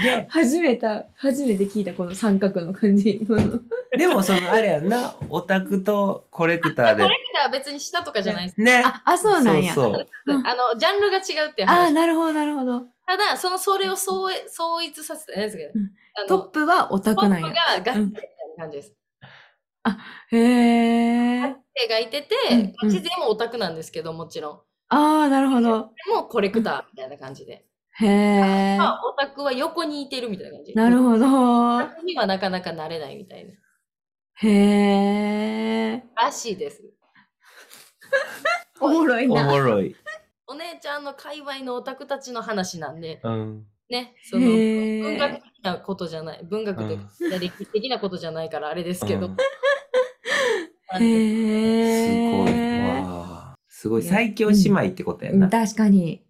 Speaker 2: で
Speaker 1: 初めて、初めて聞いたこの三角の感じ。
Speaker 2: で もそのあれやんなオタクとコレクターで
Speaker 3: コレクターは別に下とかじゃないです。
Speaker 2: ね
Speaker 1: あ、あ、そうなんや。
Speaker 2: そうそう
Speaker 3: あ
Speaker 1: う
Speaker 3: の、
Speaker 1: ん
Speaker 3: ジャンルが違うっていう
Speaker 1: あー、
Speaker 3: 話。
Speaker 1: なるほど、なるほど。
Speaker 3: ただ、その、それを相相違させてないですけど
Speaker 1: うん。
Speaker 3: あの
Speaker 1: トップはオタ
Speaker 3: ト
Speaker 1: ク
Speaker 3: ッ
Speaker 1: な
Speaker 3: プ
Speaker 1: ん
Speaker 3: が
Speaker 1: や。
Speaker 3: ガチ勢みたいな感じです。
Speaker 1: へえ。
Speaker 3: 手がいてて
Speaker 1: うんうん、
Speaker 3: ガチ勢もオタクなんですけど、もちろん。
Speaker 1: ああ、なるほど。
Speaker 3: でもコレクターみたいな感じで。
Speaker 1: へえ。
Speaker 3: まあ、オタクは横にいてるみたいな感じ。
Speaker 1: なる
Speaker 3: ど。
Speaker 1: ほど。
Speaker 3: にはなかなかなれないみたいな。
Speaker 1: へえ。
Speaker 3: らしいです。
Speaker 1: おもろい
Speaker 2: お
Speaker 1: な。
Speaker 2: もろい、
Speaker 3: お姉ちゃんの界隈のオタクたちの話なんで、
Speaker 2: うん
Speaker 3: ね、その、文
Speaker 1: へ
Speaker 3: 学
Speaker 1: え。
Speaker 3: 的なことじゃない。文学というか歴史的なことじゃないからあれですけど。
Speaker 2: うん
Speaker 3: なんて
Speaker 2: すごい
Speaker 1: へえ。
Speaker 2: わあすごい最強姉妹ってことや
Speaker 1: うん
Speaker 2: な、
Speaker 1: 確かに。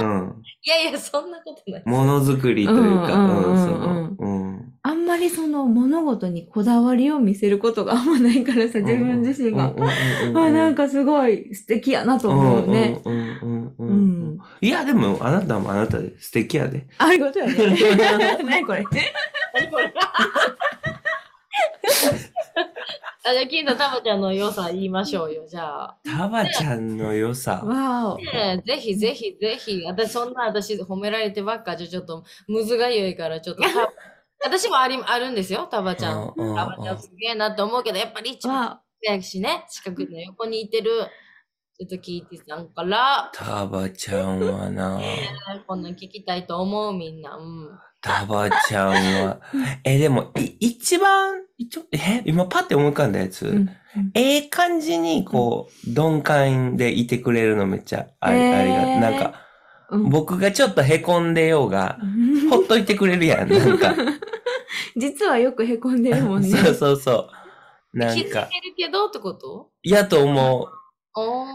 Speaker 2: うん、
Speaker 3: いやいや、そんなことない。
Speaker 2: ものづくりというか
Speaker 1: うん
Speaker 2: うんそ
Speaker 1: う
Speaker 2: の
Speaker 1: ん
Speaker 2: うん
Speaker 1: あんまりその物事にこだわりを見せることがあんまないからさ、自分自身が。
Speaker 2: うんうんうんうん
Speaker 1: あ、なんかすごい素敵やなと思うね。
Speaker 2: うんうんうん
Speaker 1: う
Speaker 2: うんうん
Speaker 1: ん。
Speaker 2: いや、でも、あなたもあなたで素敵やで。
Speaker 1: ああいうことよね。何これ。
Speaker 3: あ、じゃあ、金のタバちゃんの良さ言いましょうよ、じゃあ。
Speaker 2: タバちゃんの良さ。
Speaker 1: わお。
Speaker 3: ねえぜひぜひぜひ、私、そんな私褒められてばっかじゃ、ちょっと、むずがゆいから、ちょっと、た 私もあり、あるんですよ、タバちゃん。
Speaker 2: うんうんうん
Speaker 3: タバちゃんすげえなと思うけど、やっぱり一番
Speaker 1: わ
Speaker 3: 早いしね、近くの横にいてる、ちょっと聞いてたんから、
Speaker 2: タバちゃんはな、
Speaker 3: こんなん聞きたいと思う、みんな。うん。
Speaker 2: タバちゃんは、え、でも、い一番、一応え、今パって思い浮かんだやつ。
Speaker 1: お。うん
Speaker 2: ええ感じに、こう、鈍感でいてくれるのめっちゃあり、
Speaker 1: へー
Speaker 2: ありがなんか、
Speaker 1: うん
Speaker 2: 僕がちょっと凹んでようが、ほっといてくれるやん、なんか。
Speaker 1: 実はよくへこんでるもんね。
Speaker 2: そうそうそう。な
Speaker 3: 気
Speaker 2: ん
Speaker 3: づけ
Speaker 2: か
Speaker 3: る、けどってこと
Speaker 2: 嫌と思う。
Speaker 3: おー。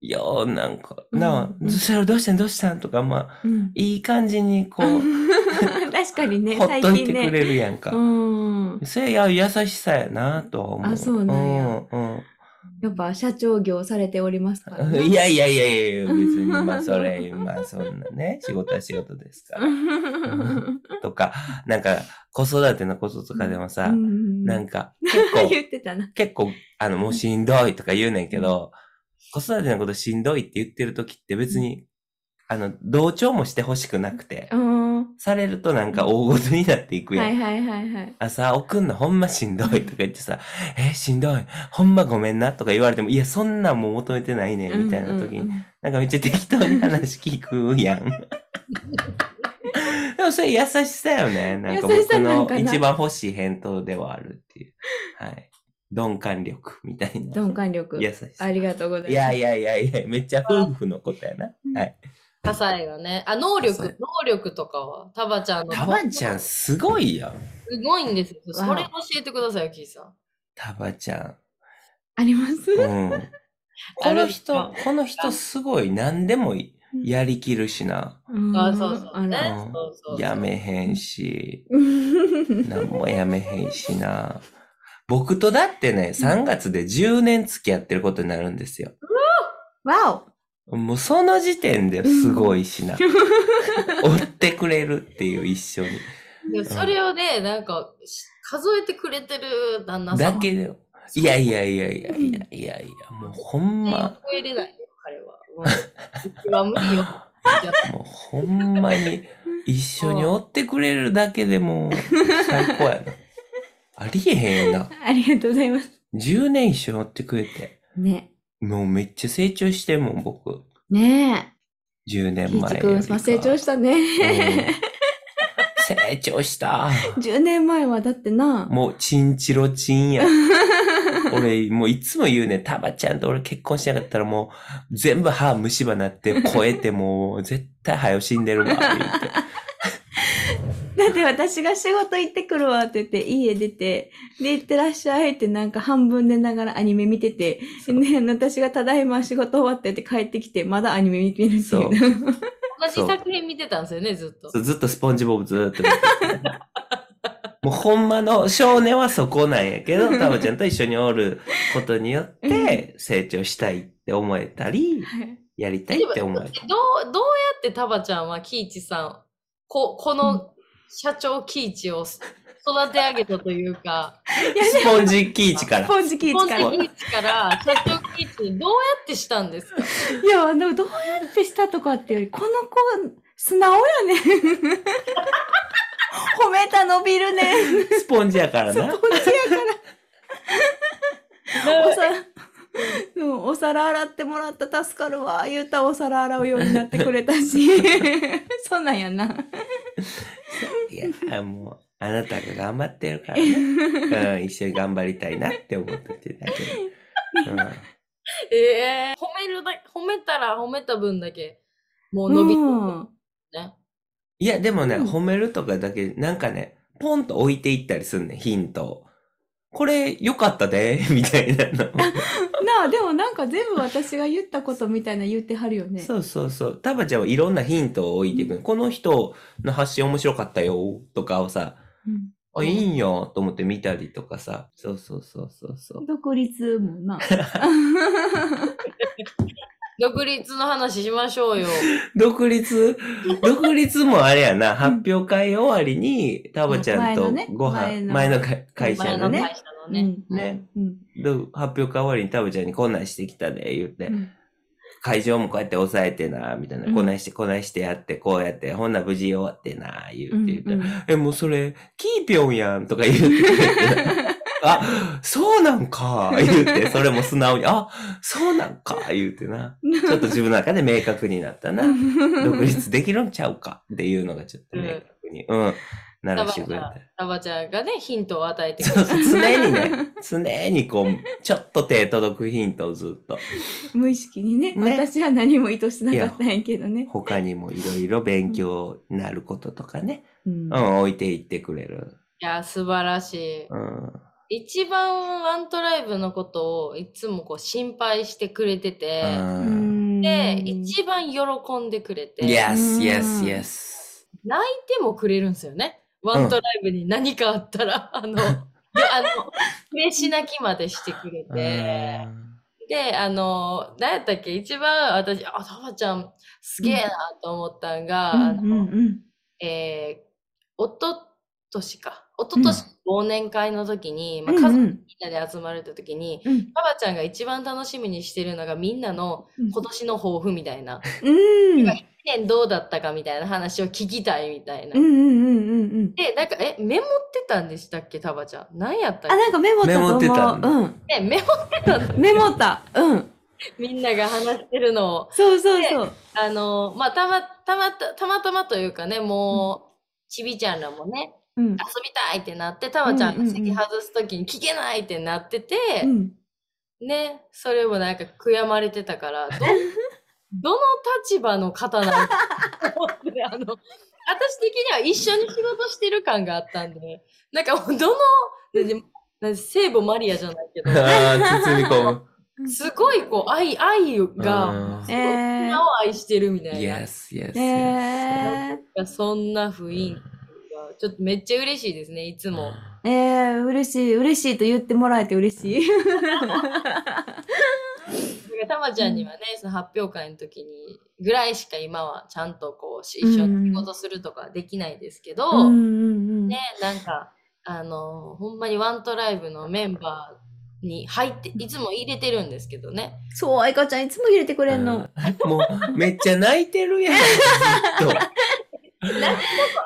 Speaker 2: よ、なんか、な
Speaker 1: う
Speaker 2: あ、
Speaker 1: ん
Speaker 2: それどうしたんどうしたんとか、まあ、
Speaker 1: うん
Speaker 2: いい感じにこう、
Speaker 1: 確かにね、
Speaker 2: ほっ
Speaker 1: 最
Speaker 2: とい
Speaker 1: 近
Speaker 2: てく
Speaker 1: ね。
Speaker 2: れるやんか。
Speaker 1: うん。
Speaker 2: それや、優しさやなとは思う。
Speaker 1: あそうなんや
Speaker 2: うん、うん。
Speaker 1: やっぱ社長業されておりますからね。
Speaker 2: いやいやいやいやいや、別に、まあそれ、まあそんな ね、仕事は仕事ですから。とか、なんか、子育てのこととかでもさ、な
Speaker 1: なんか
Speaker 2: か、結構、
Speaker 1: 言ってたな。
Speaker 2: 結構、あの、もうしんどいとか言うねんけど、子育てのことしんどいって言ってる時って別に、あの、同調もしてほしくなくて
Speaker 1: う、ん。は
Speaker 2: されるとなんか大ごとになっていく
Speaker 1: い
Speaker 2: やん。
Speaker 1: はいはいはい。
Speaker 2: 朝送んのほんましんどいとか言ってさ、え、しんどい、ほんまごめんなとか言われても、いや、そんなんもう求めてないねん、みたいな時に、
Speaker 1: うんうんうん
Speaker 2: なんかめっちゃ適当に話聞くやん。 でもそれ優しさよね。なんか
Speaker 1: 優しさ
Speaker 2: 僕
Speaker 1: なん
Speaker 2: の
Speaker 1: かな
Speaker 2: 一番欲しい返答ではあるっていう。はい。鈍感力みたいな。
Speaker 1: 鈍感力。
Speaker 2: 優しさ。
Speaker 1: あ
Speaker 2: い
Speaker 1: りがとうございます。
Speaker 2: やいやいやいや、めっちゃ夫婦のことやな。はい。
Speaker 3: 火災がね。あ、能
Speaker 2: 多彩
Speaker 3: 力、能力とかは、タバちゃんの。
Speaker 2: タバちゃんすごいよ。
Speaker 3: すごいんですよ。
Speaker 1: わあ
Speaker 3: それ教えてくださいよ、キーさん。
Speaker 2: タバちゃん。
Speaker 1: あります
Speaker 2: うん。この
Speaker 3: あ
Speaker 2: 人
Speaker 3: る、
Speaker 2: この人すごい。何でもやりきるしな。
Speaker 3: あそうそう
Speaker 1: あら
Speaker 3: ねそうそうそう
Speaker 2: やめへんし。なんもやめへんしな。僕とだってね、3月で10年付き合ってることになるんですよ。
Speaker 1: わ
Speaker 2: もうその時点ですごい しな。追ってくれるっていう一緒に。
Speaker 3: でそれをね、なんか、し数えてくれてる旦那さ
Speaker 2: だ
Speaker 3: ん。
Speaker 2: けで、いやいやいやいやいやいやいや、もうほんま、
Speaker 3: 超えれないよ、彼は。もううち は無理よ。
Speaker 2: もうほんまに一緒に追ってくれるだけでもう最高 やな。ありえへんよな
Speaker 1: お。ありがとうございます。
Speaker 2: 10年一緒に追ってくれて。
Speaker 1: ね。
Speaker 2: もうめっちゃ成長してんもん、僕。
Speaker 1: ね
Speaker 2: 10
Speaker 1: え。
Speaker 2: 年
Speaker 1: キイ
Speaker 2: 前
Speaker 1: チ
Speaker 2: より
Speaker 1: 君、ま
Speaker 2: か
Speaker 1: あ成長したね。
Speaker 2: うん成長した。
Speaker 1: 10年前はだってな。
Speaker 2: もう、チンチロチ ンや。俺、もういつも言うね、タバちゃんと俺結婚しなかったらもう、全部歯虫歯なって、超えてもう、絶対歯よ死んでるわ、って言って。
Speaker 1: だって私が仕事行ってくるわって言って家出て、で行ってらっしゃいってなんか半分寝ながらアニメ見てて、ね、私がただいま仕事終わってって帰ってきて、まだアニメ見 てるって
Speaker 2: そう
Speaker 1: いう。
Speaker 3: 同じ作品見てたんですよね、ずっと。
Speaker 2: そうずっとスポンジボブずーっと見てて。もうほんまの少年はそこなんやけ ど、タバちゃんと一緒におることによって、成長したいって思えたり、
Speaker 1: はい
Speaker 2: やりたいって思えた。
Speaker 3: どう、どうやってタバちゃんはキイチさん、こ、この社長キイチを育て上げたというか、
Speaker 2: スポンジキーチか
Speaker 1: ス
Speaker 2: ら。
Speaker 1: ポンジキイ
Speaker 3: 基
Speaker 1: チ
Speaker 3: 本
Speaker 1: か
Speaker 3: 的
Speaker 1: ら。い
Speaker 3: キイチから社長キイチにどうやってしたんですか
Speaker 1: や、でもどうやってしたとかっていうより、この子、素直やね。 褒めた伸びるね。
Speaker 2: スポンジやから
Speaker 1: スポン
Speaker 2: な。
Speaker 1: ジやから。おさうんお皿洗ってもらった助かるわ言うたらお皿洗うようになってくれた しそうなんやない
Speaker 2: や、もう、あなたが頑張ってる からね。うん、一緒に頑張りたいなって思っててだけ ど。
Speaker 3: ええ褒めるだ褒めたら褒めた分だけ、もう伸びて
Speaker 1: うん
Speaker 3: るね。
Speaker 2: いや、でもね、
Speaker 1: うん
Speaker 2: 褒めるとかだけ、なんかね、ポンと置いていったりすんねん、ヒントを。これ、良かったで、 みたいなの。
Speaker 1: なあでもなんか全部私が言ったことみたいな言ってはるよね
Speaker 2: そうそうそう。タバちゃんはいろんなヒントを置いていくの。この人の発信面白かったよ、とかをさ、
Speaker 1: うん
Speaker 2: あ、いいんや、と思って見たりとかさ。そうそうそうそうそう。
Speaker 1: 独立もな
Speaker 3: 独立の話しましょうよ。
Speaker 2: 独立、独立もあれやな、発表会終わりに、タボちゃんと
Speaker 1: 前のね
Speaker 2: ご飯、
Speaker 1: 前の
Speaker 2: 前の会会社
Speaker 3: 前
Speaker 2: の
Speaker 3: の
Speaker 2: ね、
Speaker 3: 会社のね。
Speaker 2: ね、
Speaker 1: うん
Speaker 2: ど発表会終わりにタボちゃんにこんなんしてきたで、言って
Speaker 1: う、ん
Speaker 2: 会場もこうやって抑えてな、みたいな、
Speaker 1: うん
Speaker 2: こないしてこないしてやって、こうやって、ほんなら無事終わってな、言
Speaker 1: う
Speaker 2: うんて言った
Speaker 1: う
Speaker 2: ら、
Speaker 1: ん
Speaker 2: え、もうそれ、キーピョンやんとか 言ってくれて、あ、そうなんか、言うて、それも素直に、あ、そうなんか、言うて な。ちょっと自分の中で明確になったな。独立できるんちゃうかっていうのがちょっと明確に、うん、ならしてくれた。
Speaker 3: タバちゃんがね、ヒントを与えてく
Speaker 2: そ
Speaker 3: れ
Speaker 2: うそう常にね、常にこう、ちょっと手届くヒントをずっと、
Speaker 1: 無意識にね
Speaker 2: ね
Speaker 1: 私は何も意図してなかったんやけどね。
Speaker 2: 他にもいろいろ勉強になることとかね、
Speaker 1: うん
Speaker 2: うん、置いていってくれる。
Speaker 3: いや、素晴らし
Speaker 2: うん。
Speaker 3: い。一番ワントライブのことをいつもこう心配してくれてて、
Speaker 2: うん。
Speaker 3: で、一番喜んでくれて、泣
Speaker 2: Yes,
Speaker 1: う
Speaker 2: yes,
Speaker 1: ん
Speaker 2: yes.
Speaker 3: いてもくれるんですよね。ワントライブに何かあった ら、あの、であの、嬉し泣きまでしてくれて、で、あの、何やったっけ一番私、あ、タバちゃんすげえなと思ったんが、
Speaker 1: うん
Speaker 3: あの
Speaker 1: うんうん
Speaker 3: えー、おととしか、おととし忘年会の時に、まあ、
Speaker 1: う
Speaker 3: 家
Speaker 1: ん
Speaker 3: 族
Speaker 1: う
Speaker 3: み
Speaker 1: ん
Speaker 3: んなで集まれた時に、
Speaker 1: うん
Speaker 3: パパちゃんが一番楽しみにしてるのがみんなの
Speaker 1: うん
Speaker 3: 今年の抱負みたい な、
Speaker 1: うん
Speaker 3: 一年どうだったかみたいな話を聞きたいみたいな。
Speaker 1: うんうんうんうんうん
Speaker 3: で、なんか、え、メモってたんでしたっけ、タバちゃん。何やったっ
Speaker 1: あなんかメモったと思
Speaker 2: メ
Speaker 1: う
Speaker 2: モってたんだ
Speaker 1: うん
Speaker 3: け、ね、メモ ってたの
Speaker 1: メモったうん
Speaker 3: みんなが話してるのを。
Speaker 1: そうそうそう
Speaker 3: あの、まあ、たま、たまた、たまたまというかね、もう、ちびちゃんらもね、
Speaker 1: うん
Speaker 3: 遊びたいってなって、タワちゃんが席外すときに聞けないってなってて、
Speaker 1: うん
Speaker 3: ね、それもなんか悔やまれてたから、ど、 どの立場の方なのかと思って、あの、私的には一緒に仕事してる感があったんで、なんかどの、でで聖母マリアじゃないけど、
Speaker 2: ああ、包み込 む。
Speaker 3: すごいこう、愛、愛
Speaker 2: うん
Speaker 3: が、すごい
Speaker 1: え
Speaker 3: 女を愛してるみたいな。
Speaker 2: Yes, yes, yes.
Speaker 1: ーえ
Speaker 3: いやそんな雰囲気が、ちょっとめっちゃ嬉しいですね、いつも。
Speaker 1: ーえー嬉しい嬉しいと言ってもらえて嬉しい
Speaker 3: たまちゃんにはね、その発表会の時にぐらいしか今はちゃんとこうし一緒に仕事するとかできないですけど、
Speaker 1: うんうんうん
Speaker 3: ね、なんか、あの、ほんまにワントライブのメンバーに入って、いつも入れてるんですけどね。
Speaker 1: そう愛花ちゃんいつも入れてくれんの
Speaker 2: うんもう、めっちゃ泣いてるやん。ずっ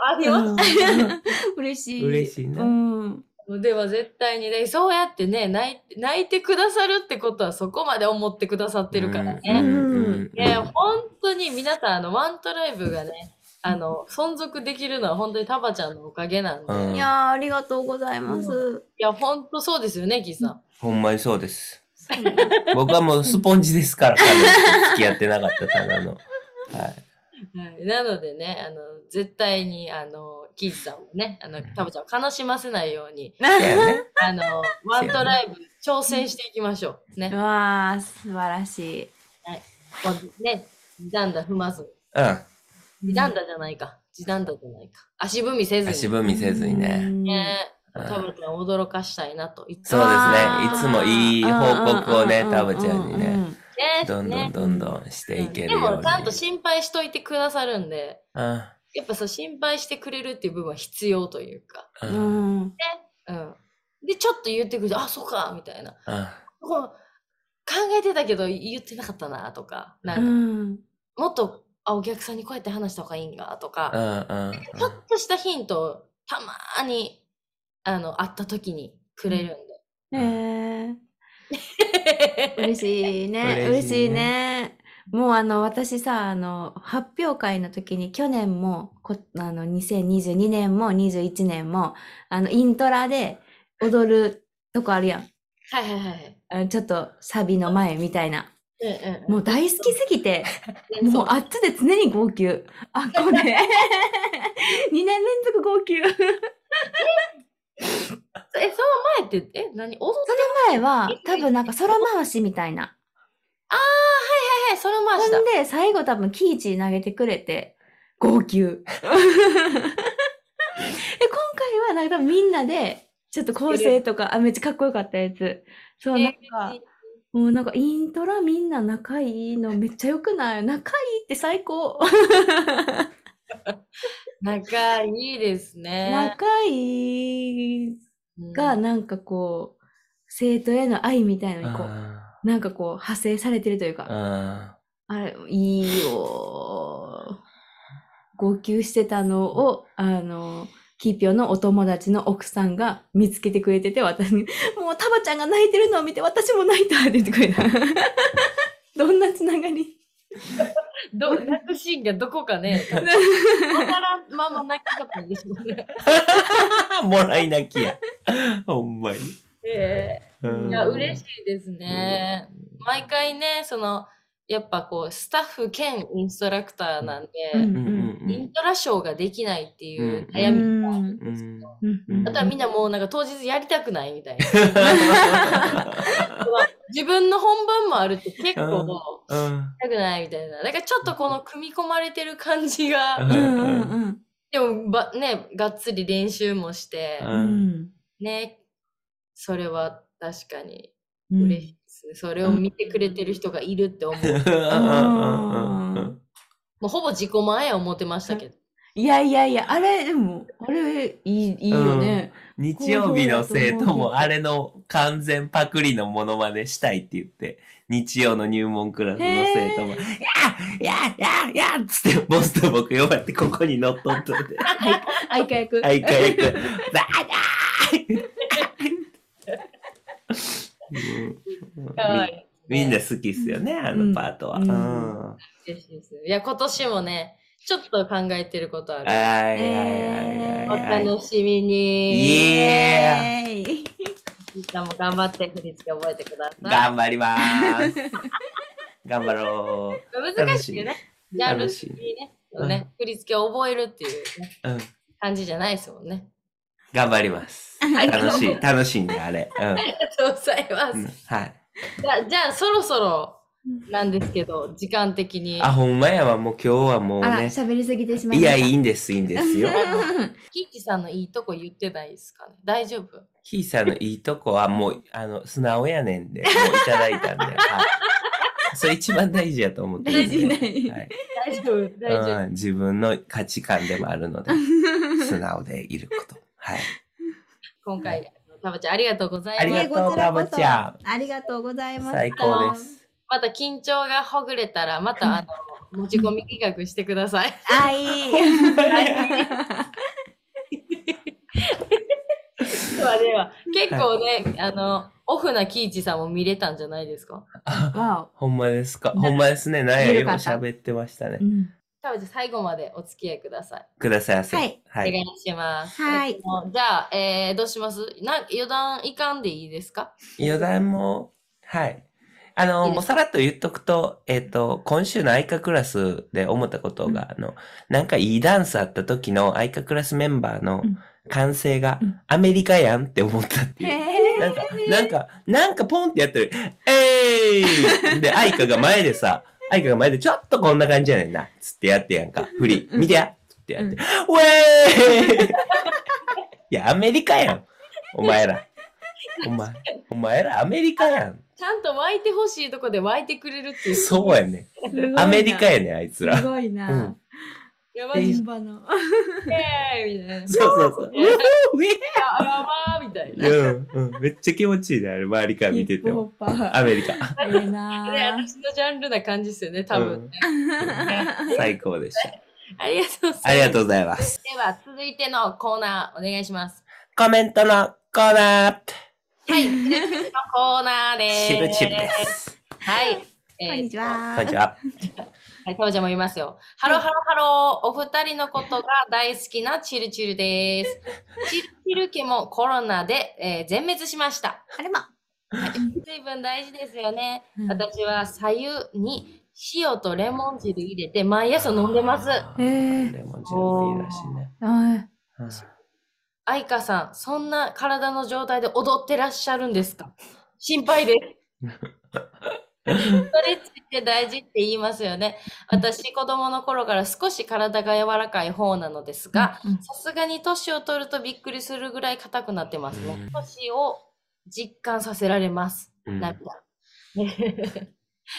Speaker 3: あります
Speaker 2: と
Speaker 1: 嬉し い
Speaker 2: 嬉しいうな。
Speaker 1: ん
Speaker 3: では絶対にね、そうやってね泣い、泣いてくださるってことはそこまで思ってくださってるからね。
Speaker 2: うんうんうん
Speaker 3: ね、本当に皆さん、あの、ワントライブがね、あの、存続できるのは本当にタバちゃんのおかげなんで、
Speaker 2: う
Speaker 3: い
Speaker 2: ん
Speaker 1: いやーありがとうございます
Speaker 3: や、本当そうですよね、キーさ
Speaker 2: ほんまにそうです。僕はもうスポンジですから、彼と付き合ってなかった、ただの。はい。
Speaker 3: ん。はい、なのでね、あの、絶対に、あの、キーさんもね、あの、タバちゃんを悲しませないように、
Speaker 2: だ よね。
Speaker 3: あの、ワントライブ挑戦していきましょう。ね。
Speaker 1: わあ素晴らし
Speaker 3: ほんとね、時短だ踏まず、
Speaker 2: う
Speaker 1: い。
Speaker 3: 時短だじゃないか、時短だじゃないか、足踏みせ
Speaker 2: ん。足
Speaker 3: ずに、
Speaker 2: 踏みせずにね。
Speaker 3: ね、
Speaker 2: うん
Speaker 3: タバちゃんを驚かしたいなと、いつ
Speaker 2: そう
Speaker 3: も
Speaker 2: ですね
Speaker 1: あ。ー
Speaker 2: いつもいい報告をね、タブちゃんにね、
Speaker 1: ね。
Speaker 3: ね、
Speaker 2: どんど
Speaker 3: ね
Speaker 2: んどんどんしていける
Speaker 3: で
Speaker 2: ように。
Speaker 3: もちゃんと心配しといてくださるんで
Speaker 2: うん
Speaker 3: やっぱそう心配してくれるっていう部分は必要というか、
Speaker 2: う。
Speaker 1: うんん。うん
Speaker 3: うん、でちょっと言ってくれて「あそうか」みたいな
Speaker 2: うん
Speaker 3: こう考えてたけど言ってなかったなとかな
Speaker 1: うん
Speaker 3: か
Speaker 1: ん。
Speaker 3: もっとあお客さんにこうやって話した方がいいんかと
Speaker 2: う
Speaker 3: か、
Speaker 2: んうんうん
Speaker 3: ちょっとしたヒントをたまーにあの会った時にくれるんで。
Speaker 1: ねえ
Speaker 3: う
Speaker 1: 嬉しいね。
Speaker 2: 嬉し
Speaker 1: 嬉し
Speaker 2: いね
Speaker 1: いね。もうあの私さあの発表会の時に去年もこあの2022年も21年もあのイントラで踊るとこあるやん
Speaker 3: はいはいはい。
Speaker 1: あのちょっとサビの前みたいな
Speaker 3: うんうんうん
Speaker 1: もう大好きすぎて
Speaker 3: ね
Speaker 1: も
Speaker 3: そう
Speaker 1: あっちで常に号泣。あ、これ。2年連続号泣。
Speaker 3: えその前ってえ何踊って
Speaker 1: 前は多分なんか空回しみたいな。
Speaker 3: はいその前
Speaker 1: ほ
Speaker 3: し
Speaker 1: ん
Speaker 3: た。
Speaker 1: で最後多分キーチ投げてくれて、号 泣。で今回はなんか多分みんなで、ちょっと構成とか、あ、めっちゃかっこよかったやつ。そう、なんか、もうなんかイントラみんな仲いいのめっちゃ良くない仲いいって最高。
Speaker 3: 仲いいですね。
Speaker 1: 仲いい
Speaker 3: うん
Speaker 1: がなんかこう、生徒への愛みたいのにこう、
Speaker 2: あ
Speaker 1: なんかこう派生されてるという
Speaker 2: ー
Speaker 1: か、
Speaker 2: あ
Speaker 1: あれ、いいよー。号泣してたのを、あの、キーピョのお友達の奥さんが見つけてくれてて、私に、もうタバちゃんが泣いてるのを見て、私も泣いたって言ってくれた。 どんなつながり
Speaker 3: ど泣くシーンがどこか ね、わからんまま泣きかったんでしょう ね。
Speaker 2: ーもらい泣きや。ほんまに。
Speaker 3: え
Speaker 2: う
Speaker 3: え
Speaker 2: ん
Speaker 3: いや、嬉しいですね。毎回ね、その、やっぱこう、スタッフ兼インストラクターなんで、
Speaker 1: うん
Speaker 2: うんうん
Speaker 3: イントラショーができないっていう
Speaker 2: いや
Speaker 3: 悩み。
Speaker 1: うん
Speaker 2: うんうん。
Speaker 1: うんうん
Speaker 3: あとはみんなもうなんか当日やりたくないみたいな。 自分の本番もあるって結構
Speaker 2: うん
Speaker 3: や
Speaker 2: うん
Speaker 3: りたくないみたいな。だからちょっとこの組み込まれてる感じ
Speaker 2: う
Speaker 3: が、
Speaker 1: うんうん
Speaker 3: でもばね、がっつり練習もして、
Speaker 1: うんうん。
Speaker 3: ね、それは確かに
Speaker 1: うん
Speaker 3: 嬉しいですね。それを見てくれてる人がいるって思う。
Speaker 2: うん
Speaker 3: もうほぼ自己前や思ってましたけ ど。
Speaker 1: いやいやいや、あれ、でも、あれ、いい、いいよね。
Speaker 2: 日曜日の生徒もあれの完全パクリのモノマネしたいって言って、日曜の入門クラスの生徒も、やーやーやーやーっつって、ボスと僕呼ばれてここに乗っ取っとって、
Speaker 1: 相変役。
Speaker 2: はい、一回 行く。だー
Speaker 3: い。
Speaker 2: みんな好きっすよね、あのパートは。
Speaker 1: う
Speaker 2: うんん。はい
Speaker 3: 嬉しいです。いや、今年もね、ちょっと考えてることある。
Speaker 2: はい
Speaker 1: えー
Speaker 3: お
Speaker 2: はいはい。
Speaker 3: 楽しみ
Speaker 2: イ
Speaker 3: に。
Speaker 2: エ
Speaker 1: イエーイ
Speaker 3: みんなも頑張って振り付け覚えてください。
Speaker 2: 頑張ります。頑張ろ
Speaker 3: 難しいよね。ジャンル的にね。
Speaker 2: 楽しい
Speaker 3: ね振り付けを覚えるっていうね、
Speaker 2: う。うん。
Speaker 3: 感じじゃないですもん ね。
Speaker 2: 頑張ります。楽しい、 楽しいんで、あれ。
Speaker 3: ありがとうございます。
Speaker 2: うん。うんはい。
Speaker 3: じゃあ、じゃあそろそろなんですけど、時間的に。
Speaker 2: あ、ほんまやわ、もう今日はもう
Speaker 1: あら、
Speaker 2: ね。
Speaker 1: 喋りすぎてしまい
Speaker 2: い
Speaker 1: まし
Speaker 2: や、
Speaker 1: た。
Speaker 2: いいんです、いいんです よ。
Speaker 3: キッチさんのいいとこ言ってないですかね大丈夫
Speaker 2: ひーさんのいいとこはもう、あの、素直やねんで、もういただいたんで。 はい、それ一番大事やと思ってるんで。
Speaker 1: 大事
Speaker 2: はい
Speaker 3: 大丈夫大丈夫。
Speaker 2: うん、自分の価値観でもあるので、 素直でいること。はい。
Speaker 3: 今回、たまちゃんありがとうござい
Speaker 2: あり
Speaker 3: ま
Speaker 2: が
Speaker 3: す。
Speaker 2: とうかぼちゃ
Speaker 1: ん。ありがとうございま
Speaker 2: 最高です。
Speaker 3: また緊張がほぐれ たら、またあの、持ち込み企画してください。
Speaker 1: あ、いい。
Speaker 3: ではでは、結構ね、あの、オフなキイチさんも見れたんじゃないですか
Speaker 2: あ
Speaker 1: わ
Speaker 2: ほんまですか。ほんまですね。なんや、
Speaker 1: 緩
Speaker 2: よく
Speaker 1: かった
Speaker 2: 喋ってましたね
Speaker 1: お。うん。
Speaker 3: たまちゃん最後までお付き合いください。
Speaker 2: くださいませ。
Speaker 1: はい。
Speaker 2: は
Speaker 3: お願
Speaker 2: い。
Speaker 3: いします。
Speaker 1: はい
Speaker 3: もうじゃあ、えーどうしますな余談いかんでいいですか
Speaker 2: 余談も、はい。あの、
Speaker 3: いいですか
Speaker 2: もうさらっと言っとくと、えっ、と、今週の愛花クラスで思ったことが、あの、なんかいいダンスあった時の愛花クラスメンバーの
Speaker 1: うん
Speaker 2: 歓声が
Speaker 1: うん
Speaker 2: アメリカやんって思ったっていう。
Speaker 1: へ
Speaker 2: なんか、なんか、なんかポンってやってる。えーいで、愛花が前でさ、愛花が前でちょっとこんな感じやねんな。つってやってやんか。振り。
Speaker 1: うん
Speaker 2: 見てや。ってやって。
Speaker 1: うん
Speaker 2: ウェーイいや、アメリカやん。お前ら。お前、お前らアメリカやん。
Speaker 3: ちゃんと湧いてほしいとこで湧いてくれるっていう。
Speaker 2: そうやね。アメリカやね、あいつ
Speaker 1: す
Speaker 2: ら。
Speaker 1: ごいうな。
Speaker 2: ん
Speaker 3: やばいっ
Speaker 1: 現場の。
Speaker 3: すねみたいな。
Speaker 2: そうそうそう。
Speaker 3: いや
Speaker 2: う
Speaker 3: やばーみたいな。
Speaker 2: ん、うん。めっちゃ気持ちいいね、あれ、周りから見てても。
Speaker 1: ヒップホッパ
Speaker 2: アメリカ。
Speaker 1: ー。いい
Speaker 3: ね
Speaker 1: な。
Speaker 3: 私のジャンルな感じですよね、多分、ね
Speaker 2: うん最高でした。
Speaker 3: ありがとうございます。
Speaker 2: ありがとうございます。
Speaker 3: では、続いてのコーナー、お願いします。
Speaker 2: コメントのコーナー
Speaker 3: はい、続いてのコーナーです。
Speaker 2: しぶちぶです。
Speaker 3: はい。えー
Speaker 1: こんにち。は。
Speaker 2: こんにちは。
Speaker 3: はい、たまちゃんもいますよ。ハローハローハロー。お二人のことが大好きなチルチル です。チルチル家もコロナで、えー全滅しました。
Speaker 1: あれも。
Speaker 3: 水分大事ですよね。
Speaker 1: うん
Speaker 3: 私は左右に塩とレモン汁入れて毎朝飲んでます。
Speaker 1: へえ。
Speaker 2: レモン汁っていいらしいね。
Speaker 1: あ
Speaker 2: うん
Speaker 3: 愛花さん、そんな体の状態で踊ってらっしゃるんですか心配です。ストレッチって大事って言いますよね。私、子供の頃から少し体が柔らかい方なのですが、
Speaker 1: うん
Speaker 3: さすがに年を取るとびっくりするぐらい硬くなってますね
Speaker 2: うん。
Speaker 3: 年を実感させられます。
Speaker 2: うん
Speaker 3: 涙。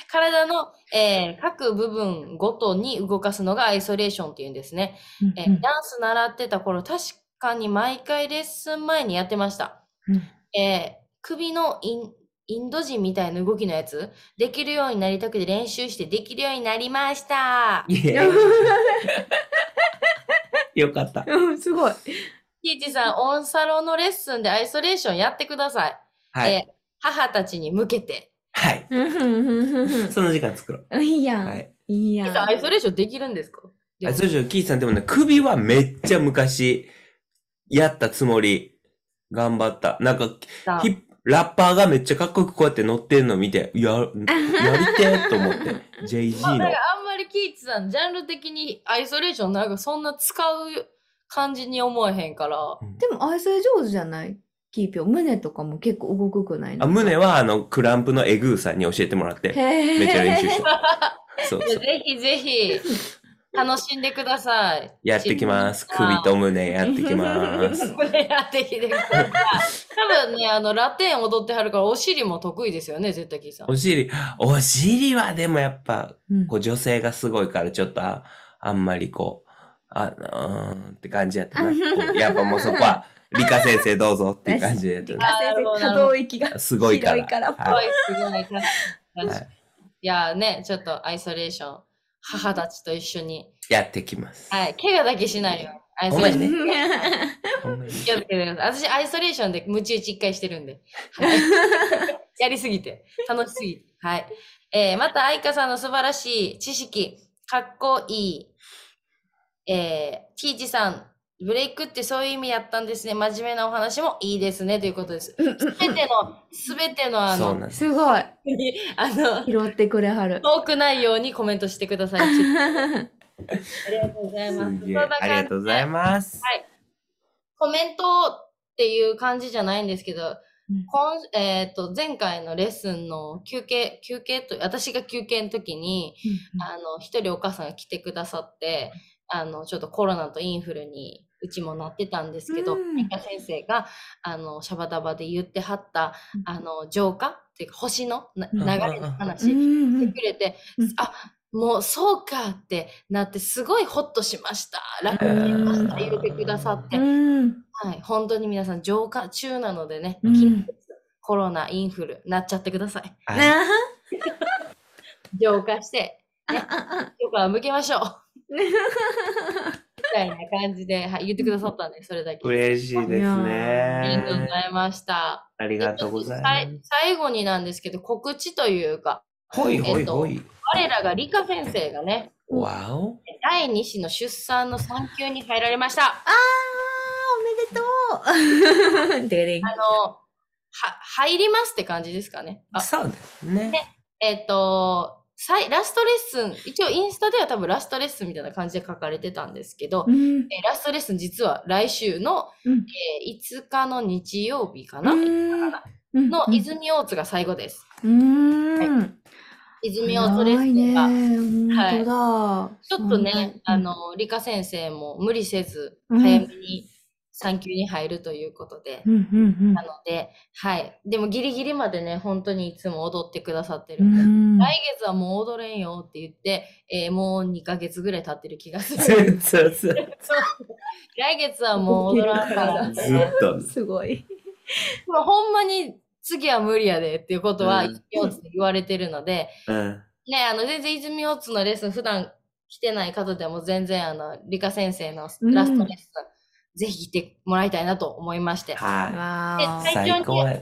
Speaker 3: 体の、えー各部分ごとに動かすのがアイソレーションっていうんですね。
Speaker 1: うん
Speaker 3: えーダンス習ってた頃、確かに毎回レッスン前にやってました。
Speaker 1: うん
Speaker 3: えー首のインインド人みたいな動きのやつ、できるようになりたくて練習してできるようになりました。
Speaker 2: いえ よかった。
Speaker 1: うんすごい。
Speaker 3: キーチさん、オンサロのレッスンでアイソレーションやってください。
Speaker 2: はい。
Speaker 3: えー母たちに向けて。
Speaker 2: はい。
Speaker 1: うんうんうんうん
Speaker 2: その時間作ろう。
Speaker 1: うんいいやん。、
Speaker 2: はいい。
Speaker 1: いや
Speaker 3: キー
Speaker 1: ん
Speaker 3: チ。さん、アイソレーションできるんですか
Speaker 2: あそうでしょ、キーさんでもね、首はめっちゃ昔、やったつもり、頑張った。なんか、
Speaker 3: さ
Speaker 2: ヒップラッパーがめっちゃかっこよくこうやって乗ってんの見て、や、やりてえと思って、
Speaker 3: まあ、
Speaker 2: JG
Speaker 3: だ
Speaker 2: の
Speaker 3: か。らあんまりキーチさん、ジャンル的にアイソレーションなんかそんな使う感じに思えへんから。
Speaker 1: でも、愛想上手じゃないキーピョ。胸とかも結構動くくない
Speaker 2: あ胸は、あの、クランプのエグーさんに教えてもらって、
Speaker 1: へ
Speaker 2: めっちゃ練習
Speaker 1: し
Speaker 2: した。そう
Speaker 3: いや
Speaker 2: そう。
Speaker 3: ぜひぜひ、楽しんでください。
Speaker 2: やってきます。首と胸やってきます。
Speaker 3: これやってきてください。多分ね、あの、ラテン踊ってはるから、お尻も得意ですよね、絶対キーさ ん。
Speaker 2: お尻、お尻はでもやっぱ、
Speaker 1: うん
Speaker 2: こう女性がすごいからちょっとああんまりこう、あ、うーんって感じやった な。こうやっぱもうそこは、理科先生どうぞっていう感じでやった
Speaker 1: 理
Speaker 2: な。
Speaker 1: 科先生、可動域が
Speaker 2: すご
Speaker 1: 広
Speaker 2: いから。
Speaker 1: いから。
Speaker 3: すご
Speaker 2: はい
Speaker 3: い、すごい。確かに
Speaker 2: はい
Speaker 3: いやーね、ちょっとアイソレーション、母たちと一緒に、
Speaker 2: やってきます。
Speaker 3: はい、怪我だけしないように。アイソ
Speaker 2: ご
Speaker 3: レー
Speaker 2: め
Speaker 3: ショ
Speaker 2: ん
Speaker 3: ン
Speaker 2: ね。 ほんまに
Speaker 3: 気をつけてください。私、アイソレーションでムチ打ち一回してるんで。はいやりすぎて。楽しすぎて。はい。えー、また、愛花さんの素晴らしい知識、かっこいい。えー、キーチさん、ブレイクってそういう意味だったんですね。真面目なお話もいいですね。ということです。
Speaker 1: うんうん
Speaker 3: すべての、すべてのあ
Speaker 2: そう
Speaker 3: の、
Speaker 2: なんです。
Speaker 1: すごい。
Speaker 3: あの、
Speaker 1: 拾ってくれはる。
Speaker 3: 遠くないようにコメントしてください。ありがとうございます。
Speaker 2: すげえ。ありがとうございます。
Speaker 3: コメントっていう感じじゃないんですけど、
Speaker 1: うん
Speaker 3: 今えっと前回のレッスンの休憩休憩と私が休憩の時にあの一人お母さんが来てくださってあのちょっとコロナとインフルにうちもなってたんですけど、
Speaker 1: うん
Speaker 3: 愛花先生があのシャバダバで言ってはった
Speaker 1: うん
Speaker 3: あの浄化っていうか星のな
Speaker 2: うん
Speaker 3: 流れの
Speaker 1: うん
Speaker 3: 話
Speaker 1: うん
Speaker 3: し
Speaker 1: う
Speaker 3: て
Speaker 1: ん
Speaker 3: くれて、
Speaker 1: うん
Speaker 3: あもうそうかってなってすごいホッとしました楽になりました
Speaker 2: うん
Speaker 3: 言ってくださって、
Speaker 1: うん
Speaker 3: はい、本当に皆さん浄化中なのでね、
Speaker 1: うん
Speaker 3: 気にコロナ、インフル、なっちゃってください。
Speaker 2: はい
Speaker 1: なあ
Speaker 3: 浄化して、
Speaker 1: ああ
Speaker 3: 浄化を向け ましょう。
Speaker 1: ね
Speaker 3: みたいな感じで、はい、言ってくださったんで、それだけ。
Speaker 2: 嬉しいです
Speaker 3: ありがとうご
Speaker 2: ね。
Speaker 3: ざいました。
Speaker 2: ありがとうございま
Speaker 3: さい最後になんですけど、告知というか、
Speaker 2: す。ほいほいほい。
Speaker 3: 我らが理科先生がね、
Speaker 2: わお。
Speaker 3: 第2子の出産の産休に入られました。
Speaker 1: あーおめでとうでれ ん
Speaker 3: あの、は、入りますって感じですかね。あ
Speaker 2: そうですね。
Speaker 3: えっ、と、さいラストレッスン、一応インスタでは多分ラストレッスンみたいな感じで書かれてたんですけど、
Speaker 1: うん
Speaker 3: えーラストレッスン実は来週の、
Speaker 1: うん
Speaker 3: えー5日の日曜日かな、
Speaker 1: うんうん
Speaker 3: の
Speaker 1: うん
Speaker 3: 泉大津が最後です。
Speaker 1: うん
Speaker 3: 泉大津レッスンが、
Speaker 1: 早いね
Speaker 3: はい
Speaker 1: 本当だ
Speaker 3: ちょっとね、
Speaker 1: うん
Speaker 3: あの、理科先生も無理せず、
Speaker 1: うん
Speaker 3: 早めに産休に入るということで、
Speaker 1: うんうん
Speaker 3: なので、はい。でもギリギリまでね、本当にいつも踊ってくださって
Speaker 1: う
Speaker 3: るんで、
Speaker 1: ん
Speaker 3: 来月はもう踊れんよって言って、えーもう2ヶ月ぐらい経ってる気がす る。
Speaker 2: そうそう。
Speaker 3: 来月はもう踊らんから。
Speaker 2: ずっと。
Speaker 1: すごい
Speaker 3: まあほんまに次は無理やでっていうことは、
Speaker 2: うん
Speaker 3: 泉大津で言われてるので、
Speaker 2: うん。
Speaker 3: ね、あの、全然泉大津のレッスン、普段来てない方でも全然、あの、理科先生のラストレッスン、
Speaker 1: うん
Speaker 3: ぜひ来てもらいたいなと思いまして、体
Speaker 2: は
Speaker 1: わ
Speaker 2: い。
Speaker 1: ー
Speaker 3: え
Speaker 2: 最高や。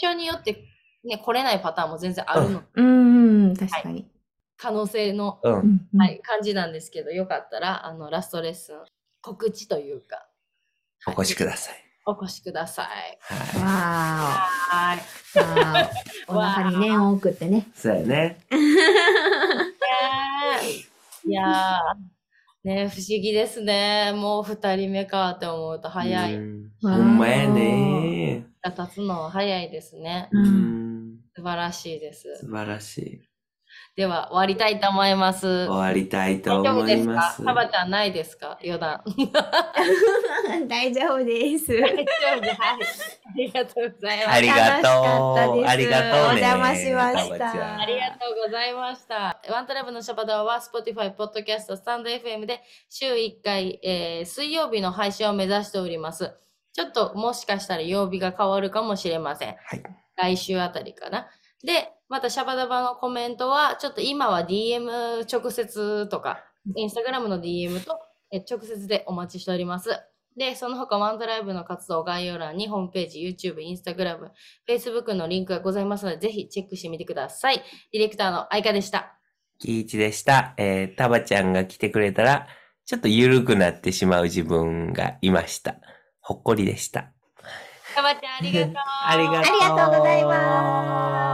Speaker 3: 調によって、ね、来れないパターンも全然あるの、
Speaker 1: うんうん確かに
Speaker 3: 可能性の、
Speaker 2: う。
Speaker 1: うんんうん
Speaker 3: はい、感じなんですけど、よかったら、あの、ラストレッスン、告知というか、
Speaker 2: お越しください。
Speaker 3: お越しください。
Speaker 2: はい。
Speaker 1: わ
Speaker 3: はい。
Speaker 1: ーおわーお腹にね多くって ね
Speaker 2: そうやね。
Speaker 3: ねえいやー、ねえ、不思議ですね。もう二人目かって思うと早い。
Speaker 2: う
Speaker 3: 日
Speaker 2: ん。ほんまやね。
Speaker 3: が経つのは早いですね。
Speaker 1: う
Speaker 2: うんん。
Speaker 3: 素晴らしいです。
Speaker 2: 素晴らしい。
Speaker 3: では、終わりたいと思います
Speaker 2: 終。わりたいと
Speaker 3: 大丈夫
Speaker 2: 思
Speaker 3: で
Speaker 2: い
Speaker 3: す
Speaker 2: ま
Speaker 3: か
Speaker 2: す。
Speaker 3: サバちゃんないですか余談。
Speaker 1: 大丈夫です。
Speaker 3: 大丈夫です。はいりがとうございま
Speaker 2: あ
Speaker 3: す。
Speaker 2: りがとう。あ
Speaker 1: 楽
Speaker 2: り
Speaker 1: し
Speaker 2: がと
Speaker 1: かっ
Speaker 2: うね。
Speaker 1: たですお邪魔しました
Speaker 2: たまちゃん
Speaker 3: ありがとうございました。ワントラブのシャバダワは Spotify、Podcast、スタンド FM で週1回、えー水曜日の配信を目指しております。ちょっともしかしたら曜日が変わるかもしれません。
Speaker 2: はい
Speaker 3: 来週あたりかな。で、またシャバダバのコメントは、ちょっと今は DM 直接とか、インスタグラムの DM とえ直接でお待ちしております。で、その他ワンドライブの活動概要欄にホームページ、YouTube、Instagram、Facebook のリンクがございますので、ぜひチェックしてみてください。ディレクターの愛花でした。
Speaker 2: キイチでした。えー、タバちゃんが来てくれたら、ちょっと緩くなってしまう自分がいました。ほっこりでした。
Speaker 3: かばちゃん、ありがとう。
Speaker 2: ありがとう。
Speaker 1: ありがとうございます